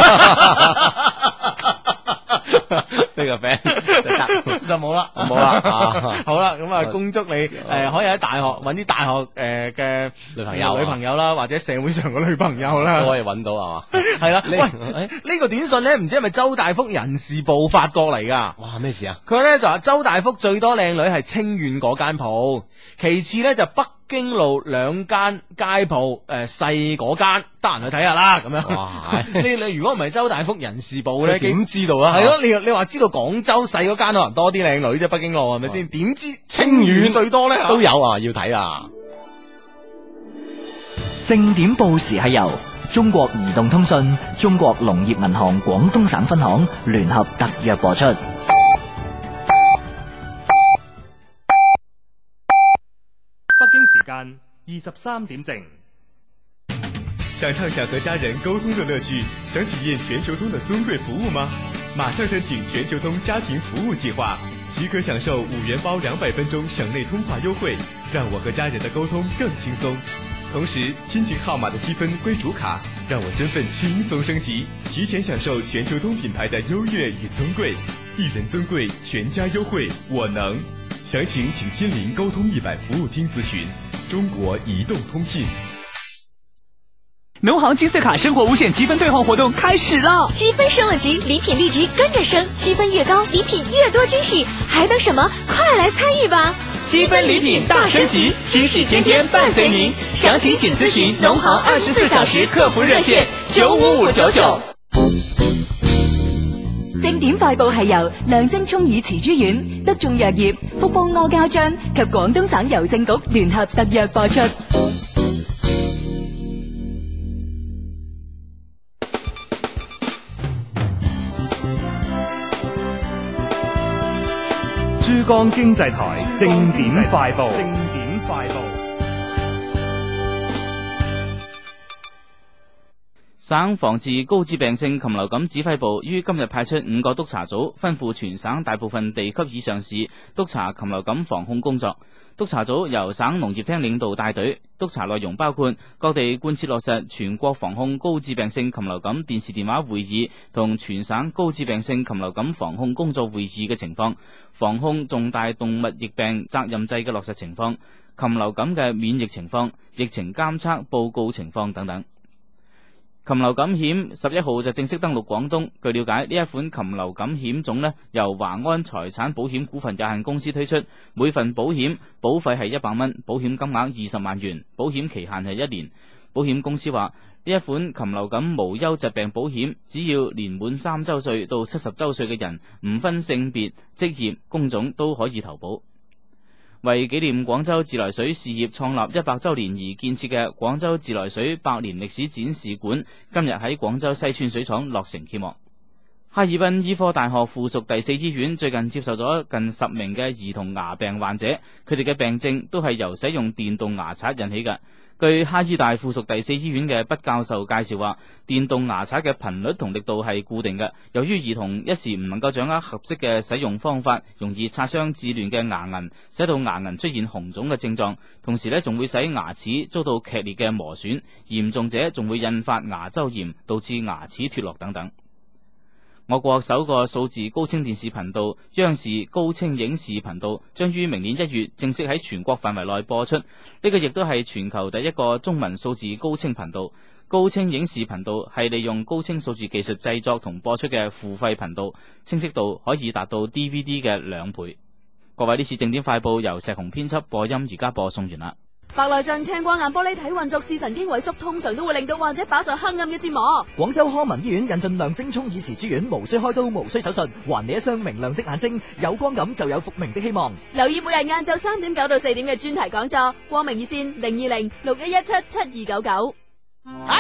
呢個 friend 就得。 就冇啦， 冇 啦啊好啦，咁啊，恭祝你誒可以喺大學揾啲大學誒呃嘅女朋友啊女朋友啦，或者社會上嘅女朋友 啦，都可以揾到啊係嘛？ 哎系啦，呢喂，呢個短信咧，唔知係咪周大福人事部發過嚟噶？哇，咩事啊？佢咧就話周大福最多靚女係清遠嗰間鋪，其次咧就北京路兩間街鋪誒細嗰間，得閒去睇下啦咁哇樣。 你你如果唔係周大福人事部咧，點知道啊係咯，你你話知道廣州細嗰間可能多啲靚女啫，北京路係咪先？點知清遠最多咧？啊都有啊，要睇啊！正點報時係由中國移動通信、中國農業銀行廣東省分行聯合特約播出。北京时间二十三点整。想畅想和家人沟通的乐趣，想体验全球通的尊贵服务吗？马上申请全球通家庭服务计划，即可享受五元包两百分钟省内通话优惠，让我和家人的沟通更轻松。同时，亲情号码的积分归主卡，让我身份轻松升级，提前享受全球通品牌的优越与尊贵。一人尊贵，全家优惠，我能。详情请亲临沟通一百服务厅咨询。中国移动通信。农行金色卡生活无限积分兑换活动开始了，积分升了级，礼品立即跟着升，积分越高，礼品越多惊喜，还等什么？快来参与吧！积分礼品大升级，惊喜天天伴随您。详情请咨询农行二十四小时客服热线九五五九九。正点快报系由梁振聪以慈珠苑、德众药业、福邦阿胶章及广东省邮政局联合特约播出。珠江经济台正点快报。正点快报。省防治高致病性禽流感指揮部於今日派出五個督察組，吩咐全省大部分地級以上市督察禽流感防控工作。督察組由省農業廳領導帶隊，督察內容包括各地貫徹落實全國防控高致病性禽流感電視電話會議同全省高致病性禽流感防控工作會議嘅情況，防控重大動物疫病責任制嘅落實情況，禽流感嘅免疫情況、疫情監測報告情況等等。禽流感險十一號就正式登陸廣東。據了解，呢一款禽流感險種呢，由華安財產保險股份有限公司推出，每份保險保費係一百蚊，保險金額二十萬元，保險期限係一年。保險公司話，呢一款禽流感無憂疾病保險，只要年滿三周歲到七十周歲嘅人，唔分性別、職業、工種都可以投保。為紀念廣州自來水事業創立一百周年而建設嘅廣州自來水百年歷史展示館，今日喺廣州西村水廠落成揭幕。哈爾濱醫科大學附屬第四醫院最近接受咗近十名嘅兒童牙病患者，佢哋嘅病症都係由使用電動牙刷引起嘅。據哈醫大附屬第四醫院嘅畢教授介紹話，電動牙刷嘅頻率同力度係固定嘅，由於兒童一時唔能夠掌握合適嘅使用方法，容易擦傷致亂嘅牙齦，使到牙齦出現紅腫嘅症狀，同時呢，仲會使牙齒遭到劇烈嘅磨損，嚴重者仲會引發牙周炎，導致牙齒脫落等等。我國首個數字高清電視頻道央視高清影視頻道將於明年一月正式喺全國範圍內播出。呢個亦都係全球第一個中文數字高清頻道。高清影視頻道係利用高清數字技術製作同播出嘅付費頻道，清晰度可以達到 DVD 嘅兩倍。各位，呢次正點快報由石紅編輯播音，而家播送完啦。白內障、青光眼、玻璃體混濁、視神經萎縮，通常都會令到患者飽受黑暗嘅折磨。廣州康民醫院引進亮晶聰耳匙住院，無需開刀，無需手術，還你一雙明亮的眼睛，有光感就有復明的希望。留意每日晏晝三點九到四點嘅專題講座，光明熱線零二零六一一七七二九九。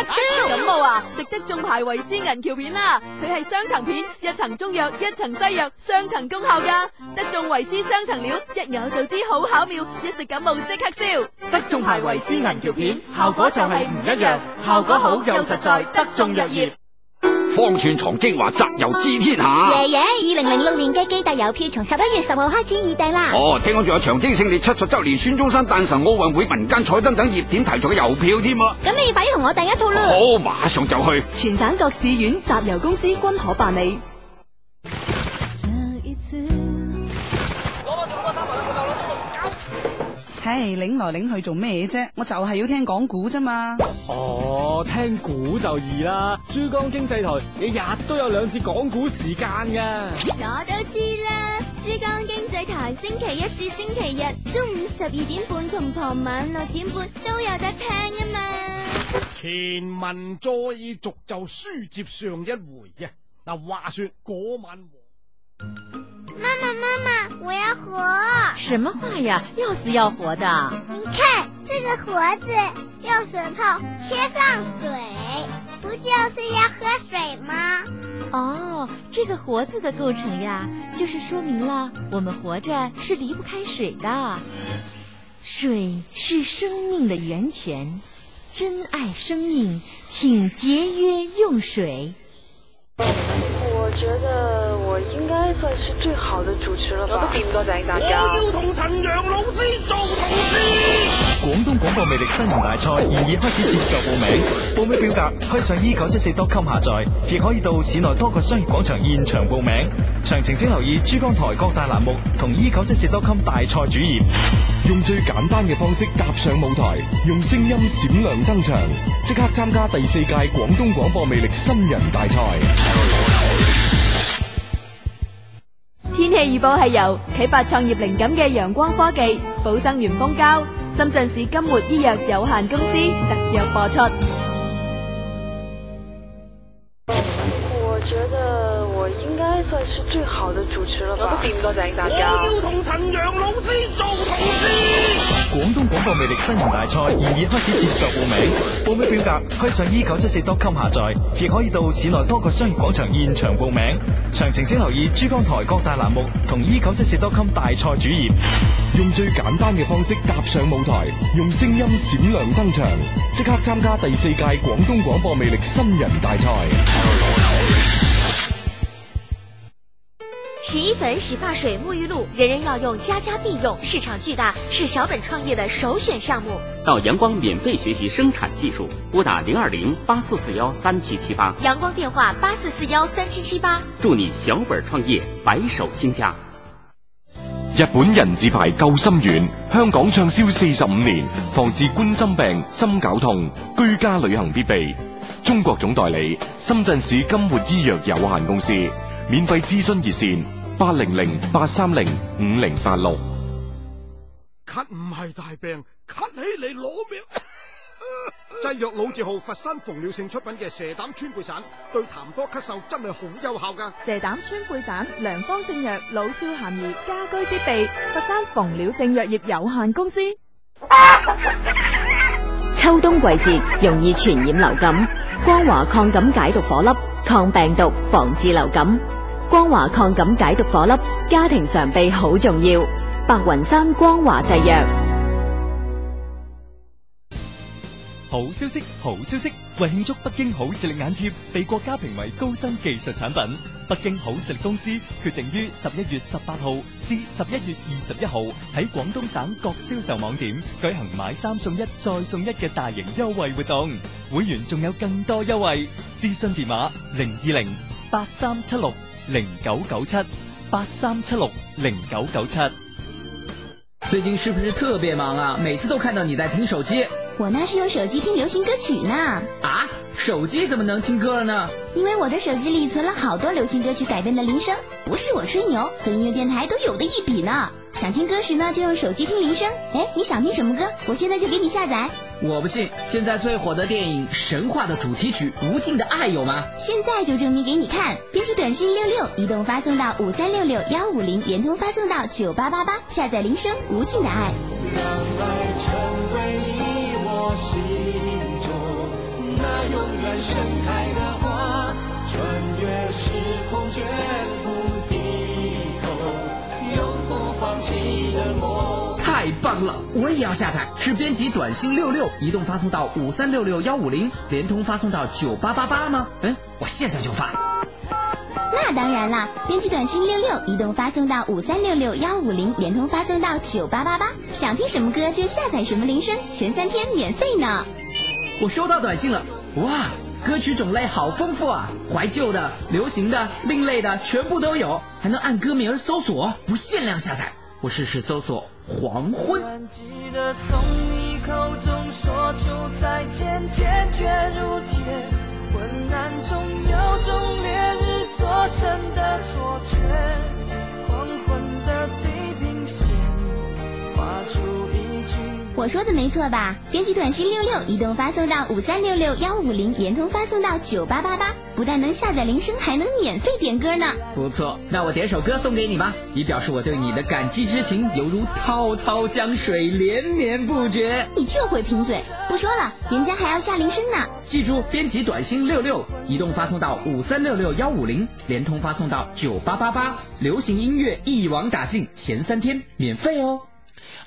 感冒啊，食得眾牌維 C 銀翹片啦，佢係雙層片，一層中藥，一層西藥，雙層功效噶。得眾維 C 雙層料，一咬就知好巧妙，一食感冒即刻消。得眾牌維 C 銀翹片效果就係唔一樣，效果好又實在，得眾藥業。方寸藏精華，集油知天下。爺爺，二零零六年嘅機大郵票從十一月十號開始預訂啦。哦，聽講仲有長征勝利七十周年、孫中山誕辰、奧運會、民間彩燈等熱點題材嘅郵票添啊！咁你要快啲同我訂一嗯套啦。好，馬上就去。全省各市縣集郵公司均可辦理。唉，擰來擰去做咩啫？我就係要聽講古啫嘛。哦，聽古就易啦。珠江經濟台日日都有兩次講古時間噶。我都知啦，珠江經濟台星期一至星期日中午十二點半同傍晚六點半都有得聽啊嘛。前文再續就書接上一回嘅。嗱，話說嗰晚。媽媽，媽媽，我要活！什么话呀？要死要活的！你看這個“活”字，用舌頭貼上水，不就是要喝水嗎？哦，這個“活”字的構成呀，就是說明了我們活着是離不開水的。水是生命的源泉，珍愛生命，請節約用水。我覺得我應該算是最好的主持了吧。我都見過頂大家。我要同陳陽老師做同事。廣東廣播魅力新人大賽現已開始接受報名，報名表格可以上 e 九七四 .com 下載，亦可以到市內多個商業廣場現場報名。詳情請留意珠江台各大欄目同 e 九七四 .com 大賽主頁。用最簡單嘅方式踏上舞台，用聲音閃亮登場。即刻參加第四屆廣東廣播魅力新人大賽。天氣預報係由啟發創業靈感嘅陽光科技、寶生源蜂膠、深圳市金活醫藥有限公司特約播出。我覺得我應該算是最好的主持了吧。我都見過頂大我家。要同陳陽老師做同事。廣東廣播魅力新人大賽現已開始接受報名，報名表格可以上 e 九七四 .com 下載，亦可以到市內多個商業廣場現場報名。詳情請留意珠江台各大欄目同 e 九七四 .com 大賽主頁。用最簡單嘅方式踏上舞台，用聲音閃亮登場。即刻參加第四屆廣東廣播魅力新人大賽。洗衣粉、洗髮水、沐浴露，人人要用，家家必用，市場巨大，是小本创业的首选项目。到阳光免费学习生产技术，拨打零二零八四四幺三七七八，阳光电话八四四幺三七七八。祝你小本创业，白手兴家。日本人字牌救心丸，香港暢銷四十五年，防治冠心病、心絞痛，居家旅行必備。中国总代理深圳市金活医药有限公司，免费咨询热线八零零八三零五零八六。咳唔係大病，咳起嚟攞 命。製藥老字號佛山馮了性出品嘅蛇膽川貝散，對痰多咳嗽真係好有效㗎。蛇膽川貝散，良方正藥，老少咸宜，家居必備。佛山馮了性藥業有限公司。秋冬季節容易傳染流感，光華抗感解毒火粒抗病毒，防治流感。光華抗感解毒火粒家庭常備好重要，白雲山光華製藥。好消息，好消息！為慶祝北京好視力眼貼被國家評為高新技術產品，北京好視力公司決定於十一月十八號至十一月二十一號喺廣東省各銷售網點舉行買三送一再送一嘅大型優惠活動，會員仲有更多優惠。諮詢電話零二零八三七六零九九七八三七六零九九七。最近是不是特别忙啊？每次都看到你在听手机。我那是用手机听流行歌曲呢，啊，手机怎么能听歌呢？因为我的手机里存了好多流行歌曲改编的铃声，不是我吹牛，和音乐电台都有的一比呢。想听歌时呢，就用手机听铃声。哎，你想听什么歌？我现在就给你下载。我不信，现在最火的电影《神话》的主题曲《无尽的爱》有吗？现在就证明给你看，编辑短信六六，移动发送到五三六六幺五零，圆通发送到九八八八，下载铃声《无尽的爱》。让爱成为你我心中那永远盛开的花，穿越时空绝不低头，永不放弃的梦。太棒了，我也要下载。是编辑短信六六，移动发送到五三六六幺五零，联通发送到九八八八吗？嗯，我现在就发。那当然啦，编辑短信六六，移动发送到五三六六幺五零，联通发送到九八八八。想听什么歌就下载什么铃声，前三天免费呢。我收到短信了，哇，歌曲种类好丰富啊，怀旧的、流行的、另类的，全部都有，还能按歌名搜索，不限量下载。我试试搜索“黄昏还记得从你口中说出再见，坚决如铁，昏暗中有种烈日灼身的错觉，黄昏的地平线画出一句。我说的没错吧？编辑短信六六，移动发送到五三六六幺五零，联通发送到九八八八，不但能下载铃声，还能免费点歌呢。不错，那我点首歌送给你吧，以表示我对你的感激之情，犹如滔滔江水连绵不绝。你就会贫嘴，不说了，人家还要下铃声呢。记住，编辑短信六六，移动发送到五三六六幺五零，联通发送到九八八八，流行音乐一网打尽，前三天免费哦。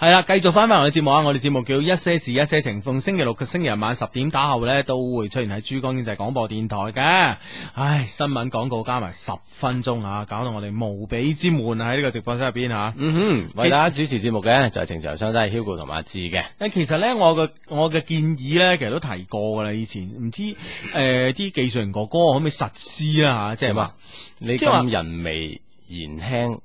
系啦，继续翻翻我哋节目啊！我哋节目叫一些事一些情，逢星期六及星期日晚十点打后呢，都会出现喺珠江经济广播电台嘅。唉，新闻广告加埋十分钟啊，搞到我哋无比之闷啊！喺呢个直播室入边吓。嗯哼，为大家主持节目嘅就系情長相低 Hugo 同埋阿志嘅。誒，其實咧，我嘅我嘅建議咧，其實都提過噶啦。以前唔知誒啲、技術人哥哥可唔可以實施啦嚇，即係話啊你即係話咁人微言 輕，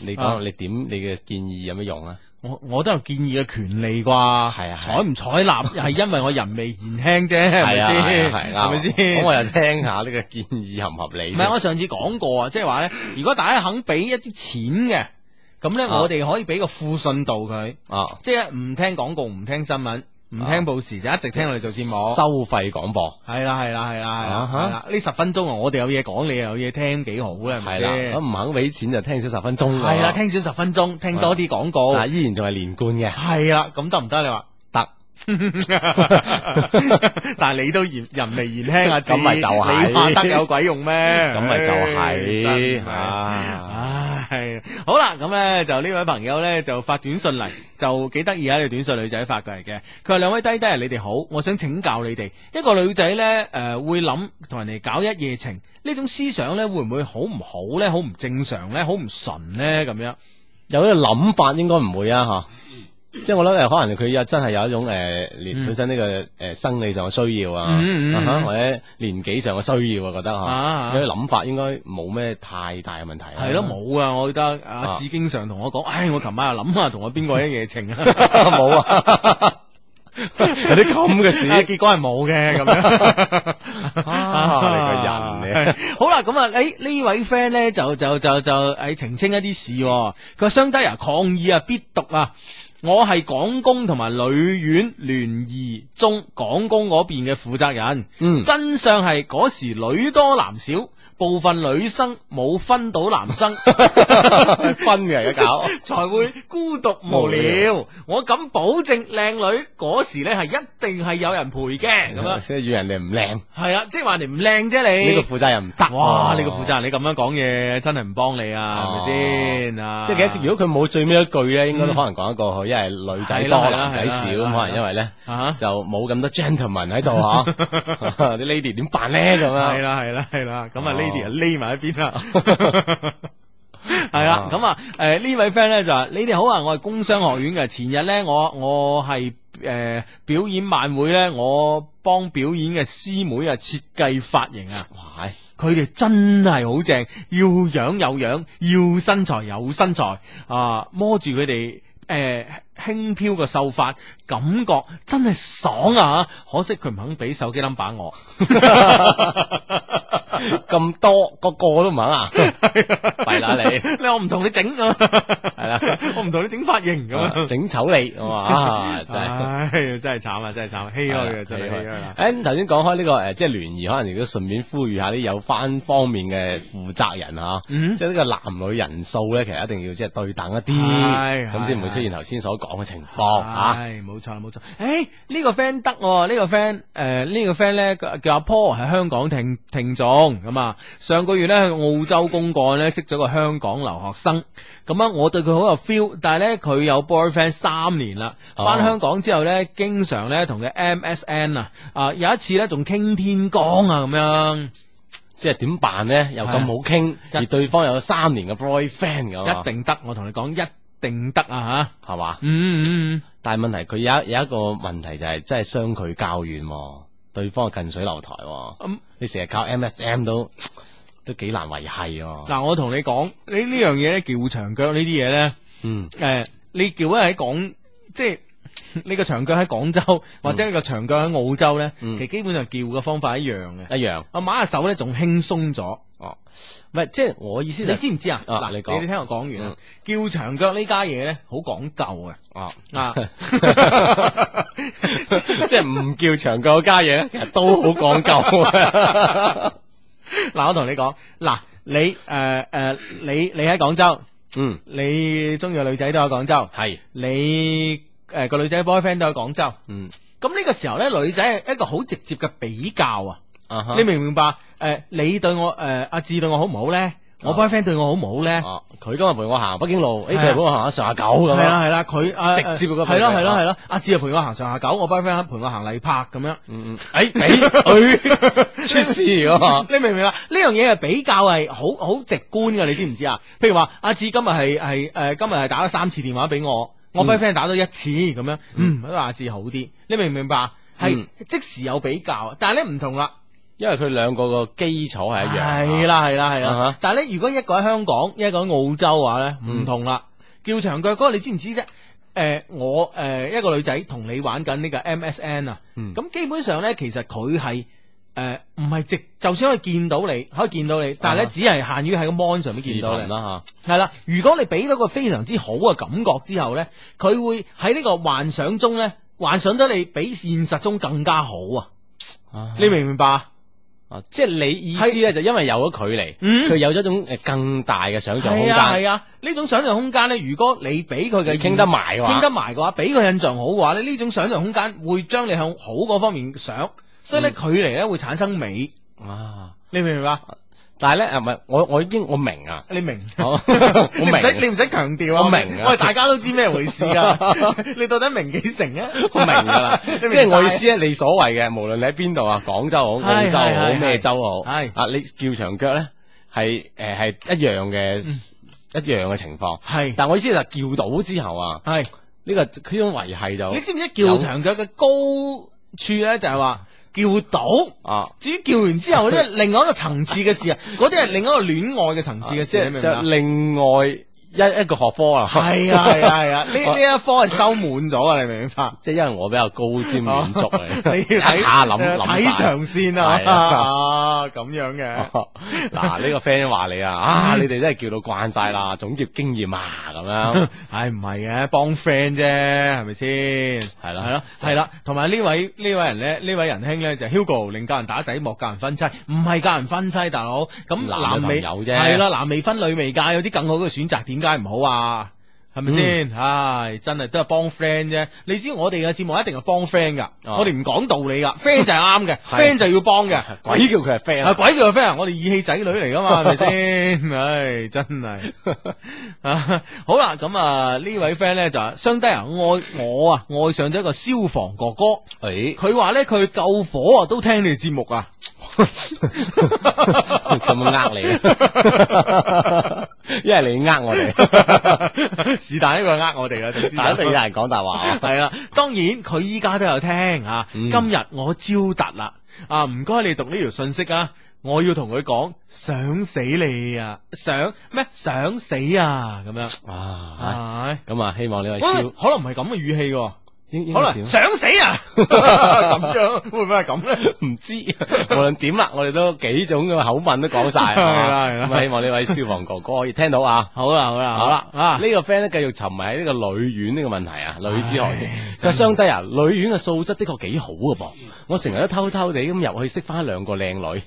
你啊講你點你嘅建議有咩用啊？我我都有建議嘅權利啩，係啊，採唔 採納係因為我人微言輕啫，係咪係啊先？係啊係咪啱先？咁我又聽下呢個建議合唔合理唔先？係，我上次講過啊，即係話咧，如果大家肯俾一啲錢嘅，咁咧、啊我哋可以俾個附信度佢，啊，即係唔聽廣告，唔聽新聞，唔聽報時，就一直聽我哋做節目。收費廣播。係啦係啦係啦係啊啦哈係啦，呢十分鐘啊，我哋有嘢講，你又有嘢聽，幾好咧，係咪系啦，先咁？啊唔肯俾錢就聽少十分鐘係啦，聽少十分鐘，聽多啲廣告。但依然仲係連貫嘅。係啦，咁得唔得？你話得。 但系你都言人微言輕啊，咁咪就係係你話得有鬼用咩？咁咪就係唉真啊唉，好啦，咁咧就呢位朋友咧就發短信嚟，就幾得意啊！呢個短信女仔發過嚟嘅，佢話兩位低低啊，你哋好，我想請教你哋，一個女仔咧诶會諗同人哋搞一夜情呢種思想咧，會唔會好唔好咧？好唔正常咧？好唔純咧？咁樣。有呢個諗法應該唔會啊，吓。即系我諗，诶，可能佢有真係有一種诶，年嗯本身呢個诶生理上嘅需要啊，嗯嗯嗯啊哈或者年紀上嘅需要啊，覺得啊吓，有啲諗法應該冇咩太大嘅問題啊。系咯，冇啊！我 記得阿 志經常同我講，唉，我琴晚又諗下同我邊個一夜情啊，冇啊。有啲咁嘅 事啊结果系冇嘅咁 样。 啊你個人你好啦，咁啊，诶呢位 friend 咧就就就就诶澄清一啲事喎，佢話相低啊抗議啊必讀啊。我係港工同埋女院聯誼中港工嗰邊嘅負責人，嗯、真相係嗰時女多男少，部分女生冇分到男生， 分嘅而家搞， 才會孤獨無聊。我敢保證，靚女嗰時咧係一定係有人陪 嘅，咁啊樣即系怨人哋唔靓。係啊，即係話你唔靚啫你。呢個負責人唔哦得喎哇！你個負責人你咁樣講嘢，真係唔幫你啊，哦係咪先啊？即係其實如果佢冇最尾一句咧，應該都可能講得過去，因為女仔係啦多係啦男仔少，係啦咁可能因為咧就冇咁多 gentleman 喺度嚇，啲 lady 點辦咧咁樣？係啦係啦係啦，咁啊哦 Lady 啊匿埋一 邊啦。系哦啦，咁啊，诶呢位 friend 咧就话：你哋好啊，我系工商学院嘅。前日咧，我我系诶、呃表演晚会咧，我帮表演嘅师妹啊设计发型啊。佢哋真係好正，要樣有樣，要身材有身材啊！摸住佢哋誒輕飄嘅秀髮，感覺真係爽啊！可惜佢唔肯俾手機 number 我，咁多個個都唔肯啊！弊啦你， 你我唔同你整 啊，係啦，我唔同你整髮型咁啊樣，整醜你咁啊真係係真係慘啊，真係慘啊，唏噓啊，真係唏噓啊！誒頭先講開呢個誒，即係聯誼，可能亦都順便呼籲下啲有關方面嘅負責人嚇，嗯即係呢個男女人數咧，其實一定要即係對等一係啲，咁先唔會出現頭先所講嘅情啊況嚇。唉，冇錯啦，冇錯。诶，呢個 friend 得喎，呢個 friend 诶，呢個 friend 咧叫叫阿 Paul 係香港聽聽眾咁啊。上個月咧去澳洲公幹咧識咗個香港留學生，咁啊我對佢好有 feel，但係咧佢有 boyfriend 三年啦，哦翻香港之後咧經常咧同佢 MSN 啊，啊有一次咧仲傾天光啊咁樣。即係點辦咧？又咁好傾，而對方有三年嘅 boyfriend 咁啊一定得，我同你講一定得啊吓，係嘛？嗯嗯。但係問題佢有一有一個問題就係真係相距較遠喎，對方係近水樓台喎。嗯你成日靠 MSM 都都幾難維係喎。嗱，我同你講，你呢樣嘢咧，撬長腳呢啲嘢咧，嗯，诶、你撬喺廣，即係你個長腳喺廣州，或者你個長腳喺澳洲咧，其實基本上撬嘅方法一樣嘅。一樣。啊，馬下手咧仲輕鬆咗。哦，唔係，即係我意思就你知唔知啊？啊嗱，你你講聽我講完啊，撬長腳呢家嘢咧，好講究嘅。哦，啊，即係唔叫長腳家嘢， 其實都好講究啊。嗱，我同你講，嗱，你诶诶、呃你你喺廣州，嗯，你中意嘅女仔都喺廣州，係你诶个、女仔 boyfriend 都喺廣州，嗯，咁呢個時候咧，女仔係一個好直接嘅比較啊。啊哈你明唔明白？诶、你對我诶，阿、志對我好唔好咧？啊我 boyfriend 對我好唔好咧？哦，佢今日陪我行北京路，誒係啊佢陪我行上下九咁係啦樣。係啦，佢啊直接嗰個係咯係咯啊係咯，阿志又陪我行上下九，我 boyfriend 陪我行麗柏咁樣。嗯嗯，誒俾 佢出事喎。你明唔明啊？呢樣嘢係比較係好好直觀嘅，你知唔知啊？譬如話阿志今日係係誒今日係打咗三次電話俾我，我嗯 boyfriend 打咗一次咁樣，嗯，咁阿志好啲，你明唔明白啊？係嗯即時有比較，但係咧唔同啦。因為佢兩個個基礎係一樣。系啦，系啦，系啊啦哈。但系咧，如果一個喺香港，一個喺澳洲嘅話咧，嗯唔同啦。叫長腳嗰個你知唔知啫？诶、我诶、一個女仔同你玩緊呢個 MSN 啊，嗯咁、基本上咧，其實佢係诶唔係直，就算可以見到你，可以見到你，但係咧、啊哈只係限於喺個 mon 上面視見到頻你。啦啊系啦，如果你俾到個非常之好嘅感覺之後咧，佢會喺呢個幻想中咧，幻想得你比現實中更加好啊！嚇，你明唔明白啊？啊，即係你意思咧，就因為有咗距離，佢有咗一種誒更大嘅想像空嗯係啊係間。啊，呢種想像空間咧，如果你俾佢嘅傾得埋嘅話傾得埋嘅話，俾佢印象好嘅話咧，呢種想像空間會將你向好嗰方面想，嗯所以咧、距離咧會產生美，啊，你明唔明白？但係咧，啊唔係我我已經我明 啊，你明？我你 我唔 使你明，唔使強調啊！我明啊喂，大家都知咩回事啊？ 你到底明幾成啊？我明㗎啦。 你即明係我意思晒啊咧，你所謂嘅，無論你喺邊度啊，廣州好、澳係洲係係好、咩係州好，係啊，你叫長腳咧，係誒係一樣嘅一樣嘅情況。嗯係但我意思就叫到之後啊，係呢個佢種維係就你知唔知叫長腳嘅高處咧就係話叫到？啊？至於叫完之後 嗰啲係另外一個層次嘅事啊，嗰啲係另一個戀愛嘅層次嘅即事，你係明唔即明啊係？另外一一個學科啊。係啊係啊 係啊，呢呢一科係收滿咗啊，你明唔明白？即係因為我比較高瞻遠矚嚟， 你要一睇下諗諗睇晒長線啊係啊，咁樣嘅。嗱，呢個 friend 話你 啊，啊，嗯你哋真係叫到慣晒啦，總結經驗啊，咁樣。 唉，唔係嘅，幫 friend 啫，係咪先？係啦，係啦，係啦。同埋呢位呢位人咧，呢位仁兄咧就係 Hugo，令教人打仔，莫教人分妻，唔係教人分妻，大佬。咁男女男未朋友啫係啦，男未婚女未嫁，有啲更好嘅選擇，點解唔好啊？係咪嗯先？唉，真係都係幫 friend 啫。你知我哋嘅節目一定係幫 friend 噶，我哋唔講道理噶，friend 就係啱嘅哦 係，friend 就要幫嘅。 鬼叫佢係 friend 啊！鬼叫佢 friend，我哋義氣仔女嚟噶嘛，係 咪先？唉，真係 啊！好啦，咁啊呢位 friend 咧就話相低人愛我啊，愛上咗一個消防哥哥。誒，佢話咧佢救火啊都聽你哋節目 啊。咁 呃你，因為你呃我哋， 是但一個呃我 哋嘅，總之但一定有人講大話嗯啊 係啦，當然佢依家都有聽啊。今日我招達啦，啊唔該你讀呢條信息啊，我要同佢講想死你啊，想咩想死啊咁樣啊，咁啊，希望呢位喂肖可能唔係咁嘅語氣喎。應可該能點想死 啊！咁樣會唔會係咁咧？唔知，啊 無論點啦，我哋都幾種嘅口吻都講晒， 係啦係啦咁啊希望呢位消防哥哥可以聽到啊！ 好啦好啦好啦啊！呢個 friend 咧繼續沉迷喺呢個女院呢個問題啊，女子學院。佢話相低啊，女院嘅素質的確幾好嘅噃，我成日都偷偷地咁入去識翻一兩個靚 女，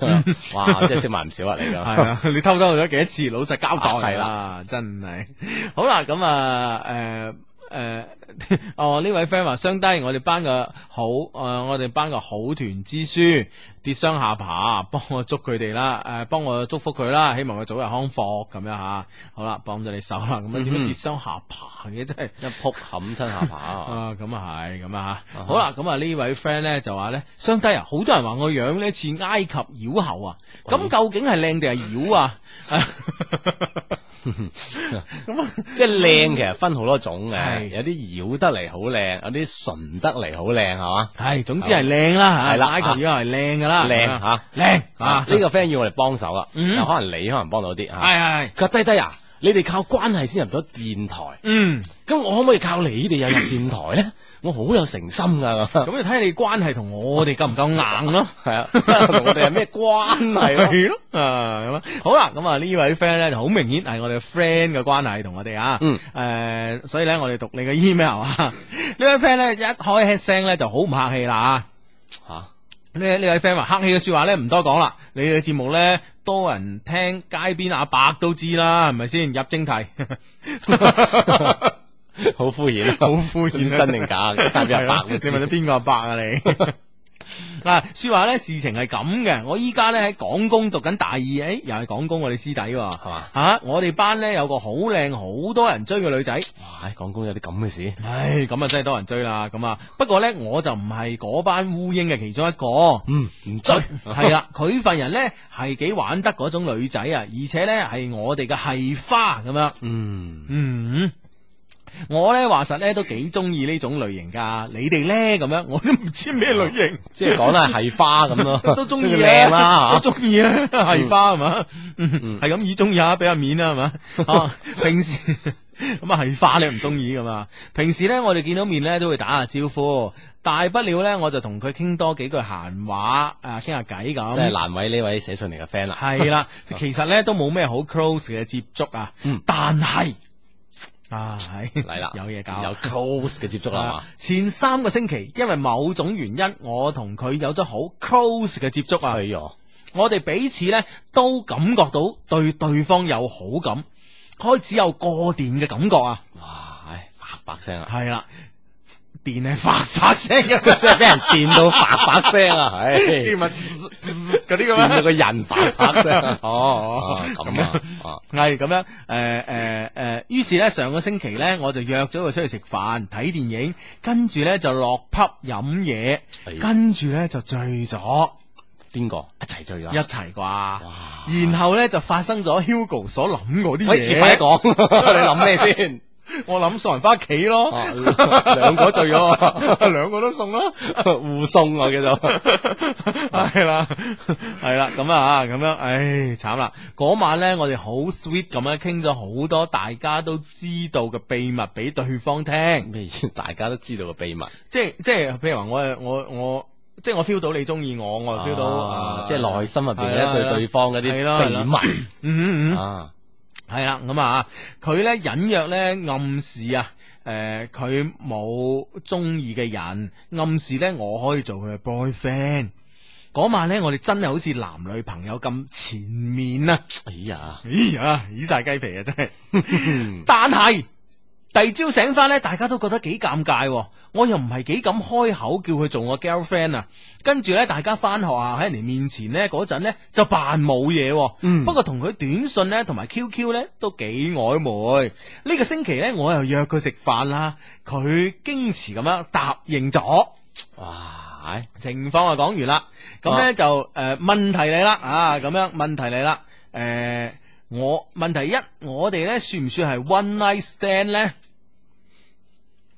哇！真係識埋唔少啊，你咁。係啊，你偷偷去咗幾多次，老實 交代啊 係啦，真係。好啦，咁啊，诶、诶、 哦呢位 friend 話相低，我哋班嘅好诶、呃我哋班嘅好團支書跌傷下巴，幫我祝佢哋啦，诶、幫我祝福佢啦，希望佢早日康復咁樣吓。好啦，幫咗你手啦，咁樣點嗯哼樣跌傷下巴嘅真係一撲冚親下巴 啊！啊，咁啊係，咁啊吓，好啦，咁啊呢位 friend 咧就話咧，相低啊，好多人話我樣咧似埃及妖后啊，咁究竟係靚定係妖啊？ 即係靚，其實分好多種嘅，係有啲妖得嚟好靚，有啲純得嚟好靚，係嘛？係，總之係靚啦啊吓，係啦埃及妖后係靚噶啦，靚吓，靚啊啊！呢個 friend 要我哋幫手啦，嗯但可能你可能幫到啲吓。係係佢話低低啊，你哋靠關係先入到電台，嗯，咁我可唔可以靠你哋又入電台 咧？ 我好有誠心噶咁。咁就睇下你關係同我哋夠唔夠硬咯，係啊，同我哋係咩關係 咯？係咯，啊咁啊，好啦，咁啊呢位 friend 咧就好明顯係我哋 friend 嘅關係同我哋啊，嗯，诶，所以咧我哋讀你嘅 email 啊， 呢位 friend 咧一開聲咧就好唔客氣啦啊。吓，呢呢位 friend 話客氣嘅说話咧唔多講啦，你嘅節目咧多人聽，街邊阿伯都知啦，係咪先？入正題，好敷衍啊， 好敷衍啊 真定假？加入白你問咗邊個阿伯啊你？ 嗱，说話咧事情係咁嘅，我依家咧喺廣工讀緊大二，誒、又係廣工我哋師弟喎，係嘛？吓、我哋班咧有個好靚、好多人追嘅女仔，哇！廣工有啲咁嘅事，唉，咁啊真係多人追啦，咁啊，不過咧我就唔係嗰班烏蠅嘅其中一個，嗯，唔追系啦，佢份人咧係幾玩得嗰種女仔啊，而且咧係我哋嘅系花咁樣。嗯嗯，我咧話實咧都幾中意呢種類型噶，你哋咧咁樣我 都唔知咩類型，即係講得係係花咁咯， 都中呢意個 靚啦 我嚇中意啊，系花係嘛，嗯係咁意中意下，俾下面啦係 嘛，啊，平時 咁啊系花你唔中意噶嘛，平時咧我哋見到面咧都會打下招呼，大不了咧我就同佢傾多幾句閒話，啊傾下偈咁，即係難為呢位寫信嚟嘅 friend 啦。系 啦，其實咧都冇咩好 close 嘅接觸啊，嗯但係啊係嚟啦，有嘢搞啊有 close 嘅接觸啦係嘛啊。前三個星期，因為某種原因，我同佢有咗好 close 嘅接觸哎啊。我哋彼此呢都感覺到對對方有好感，開始有過電嘅感覺啊。唉，白白聲啊，係啦，電係發發聲嘅， 即係俾人 電到白白聲啊，唉，電咪滋滋嗰啲咁電到樣。個人白白聲。 哦哦哦，咁啊啊係咁樣，诶诶诶，于、是咧上個星期咧，我就約咗佢出去食飯、睇電影，跟住咧就落 pub 飲嘢，跟住咧就醉咗。哎邊個一齊追啊？一齊啩，然後咧就發生咗 Hugo 所諗嗰啲喂，嘢。 你快啲講，你諗咩先？哦我谂送人翻屋企咯， 兩個醉 咗两个都送咯，互送我叫做。系啦，系啦，咁啊，咁样，唉，惨啦！嗰晚咧，我哋好 sweet 咁样倾咗好多大家都知道嘅秘密俾对方听。咩？大家都知道嘅秘密，即系即系，譬如话我我我，即系我 feel 到你中意我，我又 feel 到，啊啊即係內心入邊咧係啦對係啦對方嗰啲係啦係啦秘密嗯嗯啊，系啦，咁啊，佢咧隱約咧暗示啊，诶、佢冇中意嘅人，暗示咧我可以做佢嘅 boyfriend。嗰晚咧，我哋真係好似男女朋友咁前面啊！哎呀，哎呀，起晒雞皮啊，真係。但係第二朝醒翻咧，大家都覺得幾尷尬、喎。我又唔係幾敢開口叫佢做我 girlfriend 啊。跟住咧，大家翻學校喺人哋面前咧嗰陣咧，就扮冇嘢喎。不過同佢短信咧同埋 QQ 咧都幾曖昧。呢、個星期咧，我又約佢食飯啦，佢矜持咁樣答應咗。哇！情況就講完啦，咁咧、啊就誒、呃、問題嚟啦啊，咁樣問題嚟啦，誒、我問題一，我哋咧算唔算係 one night stand 咧？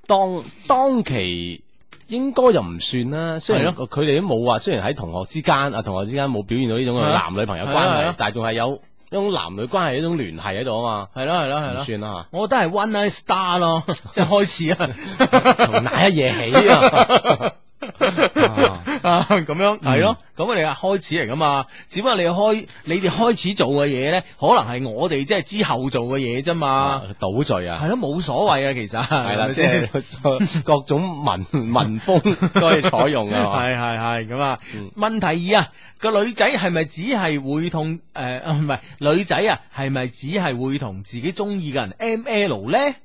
當當期應該又唔算啦，雖然係佢哋都冇話，雖然喺同學之間啊，同學之間冇表現到呢種係啊男女朋友係關啊係係啊，但係仲係有一種男女關係一種聯繫喺度啊嘛，係咯係咯係唔咯，算啦我覺得係 one night star 咯， 即係開始啊，從那一夜起啊。 嗯啊，咁樣係咯，咁我哋係開始嚟噶嘛，只不過你開你哋開始做嘅嘢咧，可能係我哋即係之後做嘅嘢啫嘛，倒敘啊，係咯，冇所謂啊，其實係係啦，咪即先係各種文 文風都可以採用 啊。嗯系系系咁啊。问题二啊，个女仔系咪只系会同诶啊 唔系女仔啊，系咪只系会同自己中意嘅人 M L 咧？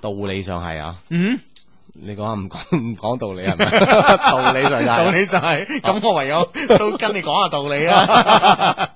道理上係啊，嗯，你講下唔講 唔講道理係咪？ 道理上就係 啊道理就系、咁，我唯有都 跟你讲下道理啊。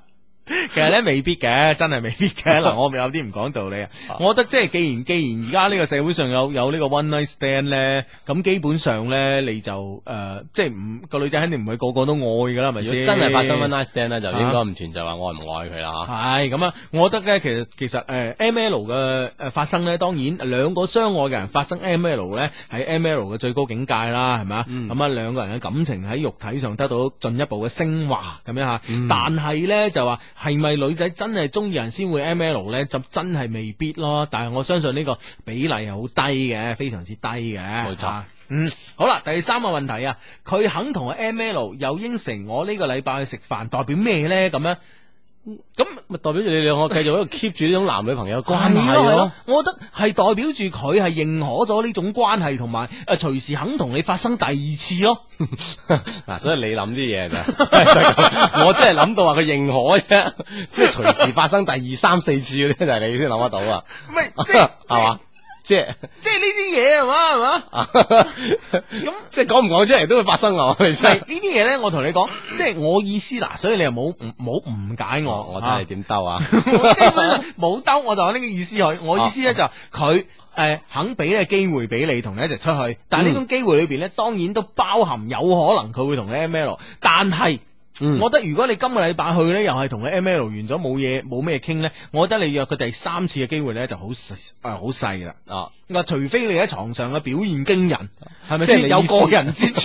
其實咧未必嘅，真係未必 嘅。嗱，我咪有啲唔講道理啊。我覺得即係既然既然而家呢個社會上有有呢個 one night stand 咧，咁基本上咧你就誒、呃即係唔個女仔肯定唔會個個都愛㗎啦，係咪如先？果真係發生 one night stand 咧，就應該啊唔存在話愛唔愛佢 啦嚇。系咁啊！我覺得咧，其實其實诶、M L 嘅诶發生咧，當然兩個相愛嘅人發生 M L 咧，係 M L 嘅最高境界啦，係咪啊？咁啊、兩個人嘅感情喺肉體上得到進一步嘅升華咁樣吓。但係咧就話係咪女仔真係中意人先會 M L 咧？就真係未必咯。但係我相信呢個比例係好低嘅，非常之低嘅。冇錯嗯，好啦，第三個問題啊，佢肯同我 M L 又應承我呢個禮拜去食飯，代表咩咧？咁樣。咪代表住你兩個繼 續喺度 keep 住呢種男女朋友關係係咯係咯咯。，啊我覺得係代表住佢係認可咗呢種關係，同埋誒隨時肯同你發生第二次咯。 嗱，所以你諗啲嘢就就係咁，我 真係諗到話佢認可啫， 即係隨時發生第二、三、四次嗰啲就係你先諗得到啊， 咪即係係嘛？啊即係即係呢啲嘢係嘛係嘛？即係講唔講出嚟都會發生 啊！我哋 係真係呢啲嘢咧，我同你講，即係我意思嗱，所以你又冇唔冇誤解我。我睇你點兜啊！我基本上冇兜，我就有呢個意思佢。我意思咧啊就係佢诶肯俾呢個機會俾你同你一齊出去，嗯但系呢種機會裏边咧，當然都包含有可能佢會同你 M L，但係嗯我覺得如果你今個禮拜去咧，又係同佢 M L 完咗冇嘢冇咩傾咧，我覺得你約佢第三次嘅機會咧就好細诶好细啦。啊，話除非你喺床上嘅表現驚人，係咪即係你先有意思個人之處？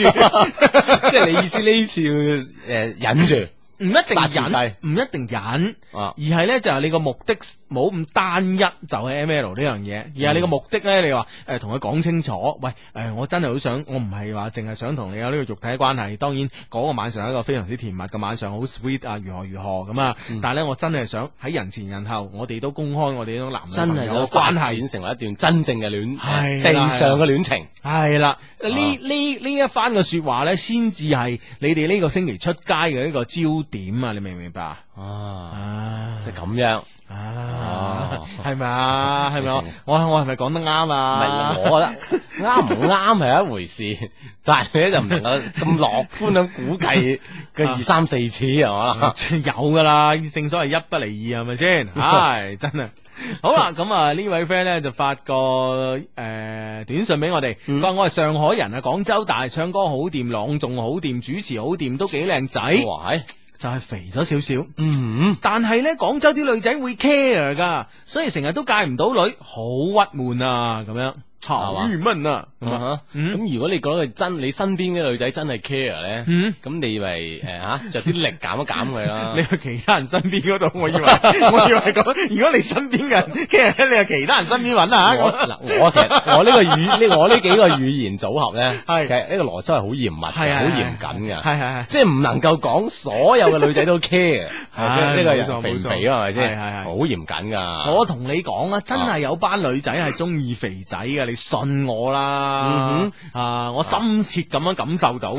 即係你意思呢次诶忍住，唔一定殺住忍掣，唔一定忍，啊而係咧就係你個目的冇咁單一，就係 M L 呢樣嘢，而係你個目的咧，你話誒同佢講清楚，喂誒、我真係好想，我唔係話淨係想同你有呢個肉體關係，當然嗰個晚上係一個非常之甜蜜嘅晚上，好 sweet 啊，如何如何咁啊，嗯但係咧我真係想喺人前人後，我哋都公開我哋呢種男真女係朋有友嘅關關係係展。成為一段真正嘅戀，係啦地上嘅戀情。啊系啦，呢呢呢一番嘅说話咧，先至係你哋呢個星期出街嘅呢個焦點啊！你明唔明白啊？啊，即係咁樣。啊，係咪啊？係咪 啊你成我我係咪講得啱唔啊？係我覺得啱啊唔啱係一回事， 但係你咧就唔能夠咁樂觀咁估 計嘅啊二三四次啊係嘛啦。有噶啦，正所謂一不離二係 咪先？唉，真係。好啦，咁啊呢位 friend 咧就發個诶、呃短信俾我哋，嗯佢話我係上海人啊，廣州大，唱歌好掂，朗誦好掂，主持好掂，都幾靚仔。哇，係就係肥咗少少。嗯，但係咧廣州啲女仔會 care 噶，所以成日都戒唔到女，好鬱悶啊咁樣。係嘛鬱悶啊！咁啊咁如果你覺得佢真，你身邊啲女仔真係 care 咧，咁你咪诶吓着啲力減一減佢啦。 嗯 你去其他人身邊嗰度，我 以為我以為咁。如果你身邊嘅人 care 咧，你去其他人身邊揾啊。我嗱，我其實我呢個 語呢，我呢幾個語言組合咧，其實呢個邏輯係好嚴密係嘅，係好嚴謹嘅，係係係即係唔能夠講所有嘅女仔都 care，係 啊呢個冇錯人肥唔肥啊？係咪冇錯先？係係係好嚴謹㗎。 我同你講啊，真係有班女仔係中意肥仔嘅，你信我啦嗯。啊，我深切咁樣感受 到。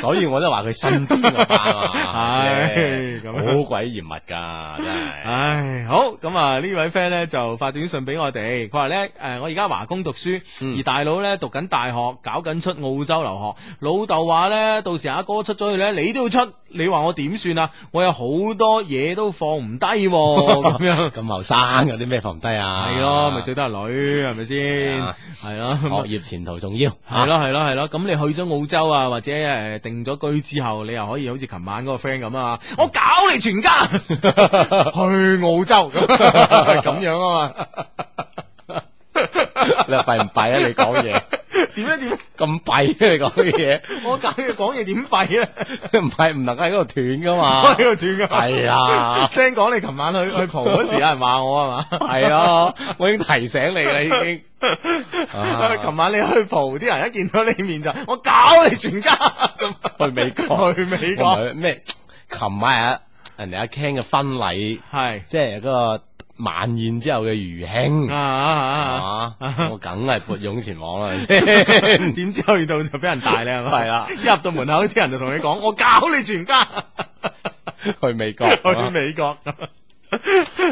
所以我都話佢身邊嗰班 啊，唉係咁咪樣先好鬼嚴密㗎，真係。唉，好咁啊！呢位 friend 咧就發短信俾我哋，佢話咧诶，我而家華工讀書，而大佬咧讀緊大學，搞緊出澳洲留學。老豆話咧，到時阿哥出咗去咧，你都要出，你話我點算啊？我有好多嘢都放唔低喎， 咁樣咁後生有啲咩放唔低啊？係咯，咪最得係女，係咪先？ 係咯，學業前途重要。系咯系咯系咯，咁你去咗澳洲啊，或者诶定咗居之後，你又可以好似琴晚嗰個 friend 咁啊，我搞你全家去澳 洲咁咁樣啊嘛，你話弊唔弊啊？你講嘢點咧點咧？咁弊啊！你講嘢。我搞你講嘢點廢咧？唔係唔能夠喺嗰度斷噶嘛，我 喺度斷噶，係啊， 聽講你琴晚去去蒲嗰時有人話我啊嘛，係 咯，我已經提醒你啦，已經。啊琴晚你去蒲，啲人一見到你 面就我搞你全家咁，去美國，去美我唔國係咩？琴晚啊，人哋阿 Ken 嘅婚禮，係即係嗰個晚宴之後嘅餘興啊啊啊，我梗係撥擁前往啦，係咪 先？點知去到就俾人大你係咪？係啦一入到門口啲人就同你講：我搞你全家。去美國， 哦去美國。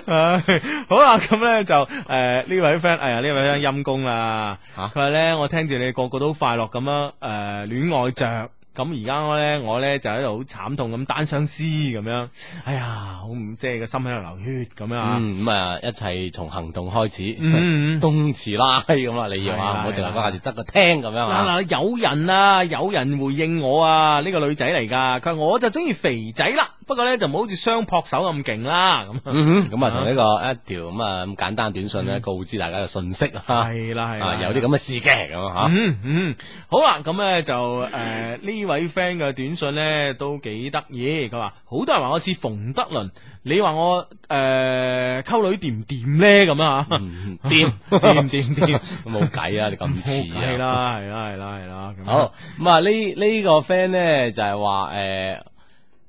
唉，好啦，咁咧就诶呢位 friend，哎呀呢位 friend 陰公啦，佢話咧我聽住你個個都快樂咁樣诶戀愛着，咁而家我咧我咧就喺度好慘痛咁單相思咁啊樣，哎呀好唔即係個心喺度流血咁樣啊。嗯，咁啊，一切從行動開始，嗯東遲拉咁啦，你要係啊，啦唔好淨係係啦講下字得個聽咁樣啊。嗱嗱，有人啊，有人回應我啊，呢、個女仔嚟噶，佢話我就中意肥仔啦，不過咧就唔好好似雙撲手咁勁啦，咁。嗯哼，咁啊，同呢個一條咁啊咁簡單短信咧，告知大家嘅信息啊，嗯係啦係啦啊係啦有啲咁嘅事嘅咁啊嚇。嗯嗯，好啦，咁咧就诶呢、位 friend 嘅短信咧都幾得意，佢話好多人話我似馮德倫，你話我诶溝、女掂唔掂咧咁啊？嗯掂掂 掂掂，冇 計啊！你咁似啊，係啦係啦係啦係啦，咁樣好咁啊！呢呢個 friend 咧就係話诶，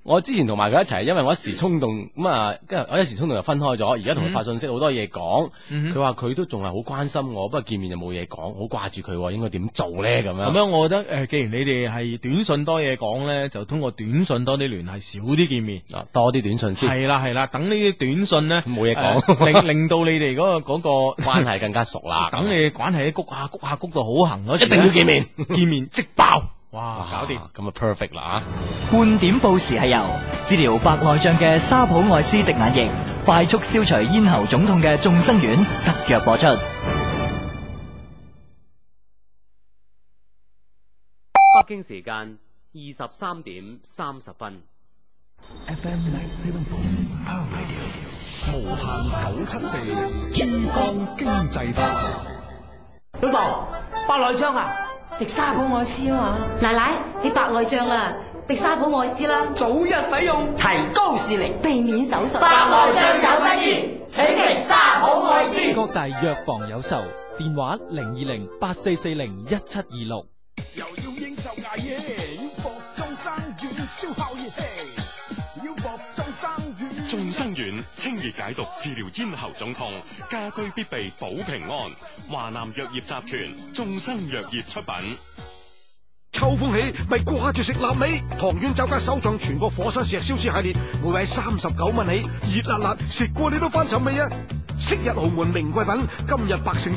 我之前同埋佢一齊，因為我一時衝動咁啊，跟住我一時衝動就分開咗。而家同佢發信息好多嘢講，嗯佢話佢都仲係好關心我，不過見面就冇嘢講，好掛住佢喎，應該點做咧咁咁樣？樣，我覺得誒、呃既然你哋係短信多嘢講咧，就通過短信多啲聯繫，少啲見面。啊，多啲短信先，係啦係啦，等呢啲短信咧冇嘢講令令到你哋嗰、個嗰、個關係更加熟啦。 等你關係谷下谷下谷到好行嗰時一定要見面，見面即爆，哇，搞掂！咁啊 perfect 啦半點報時係由治療白內障嘅沙普愛斯滴眼液，快速消除咽喉腫痛嘅眾生丸特約播出。北京時間二十三點三十分。 FM 97.5 Power Radio 無限九七四珠江經濟台。老豆，白內障啊，滴沙普愛斯啊嘛。奶奶，你白內障啦，滴沙普愛斯啦，早日使用，提高視力，避免手術。各大藥房有售，電話零二零八四四零一七二六。又要應酬捱夜，要搏眾生遠消耗熱氣，要搏眾生遠。眾生丸清熱解毒，治療咽喉腫痛，家居必備保平安。華南藥業集團眾生藥業出品。秋風起，咪掛住食臘味。唐苑酒家首創全國火山石燒豬系列，每位三十九蚊起，熱辣辣，食過你都翻尋味啊！昔日豪門名貴品，今日百姓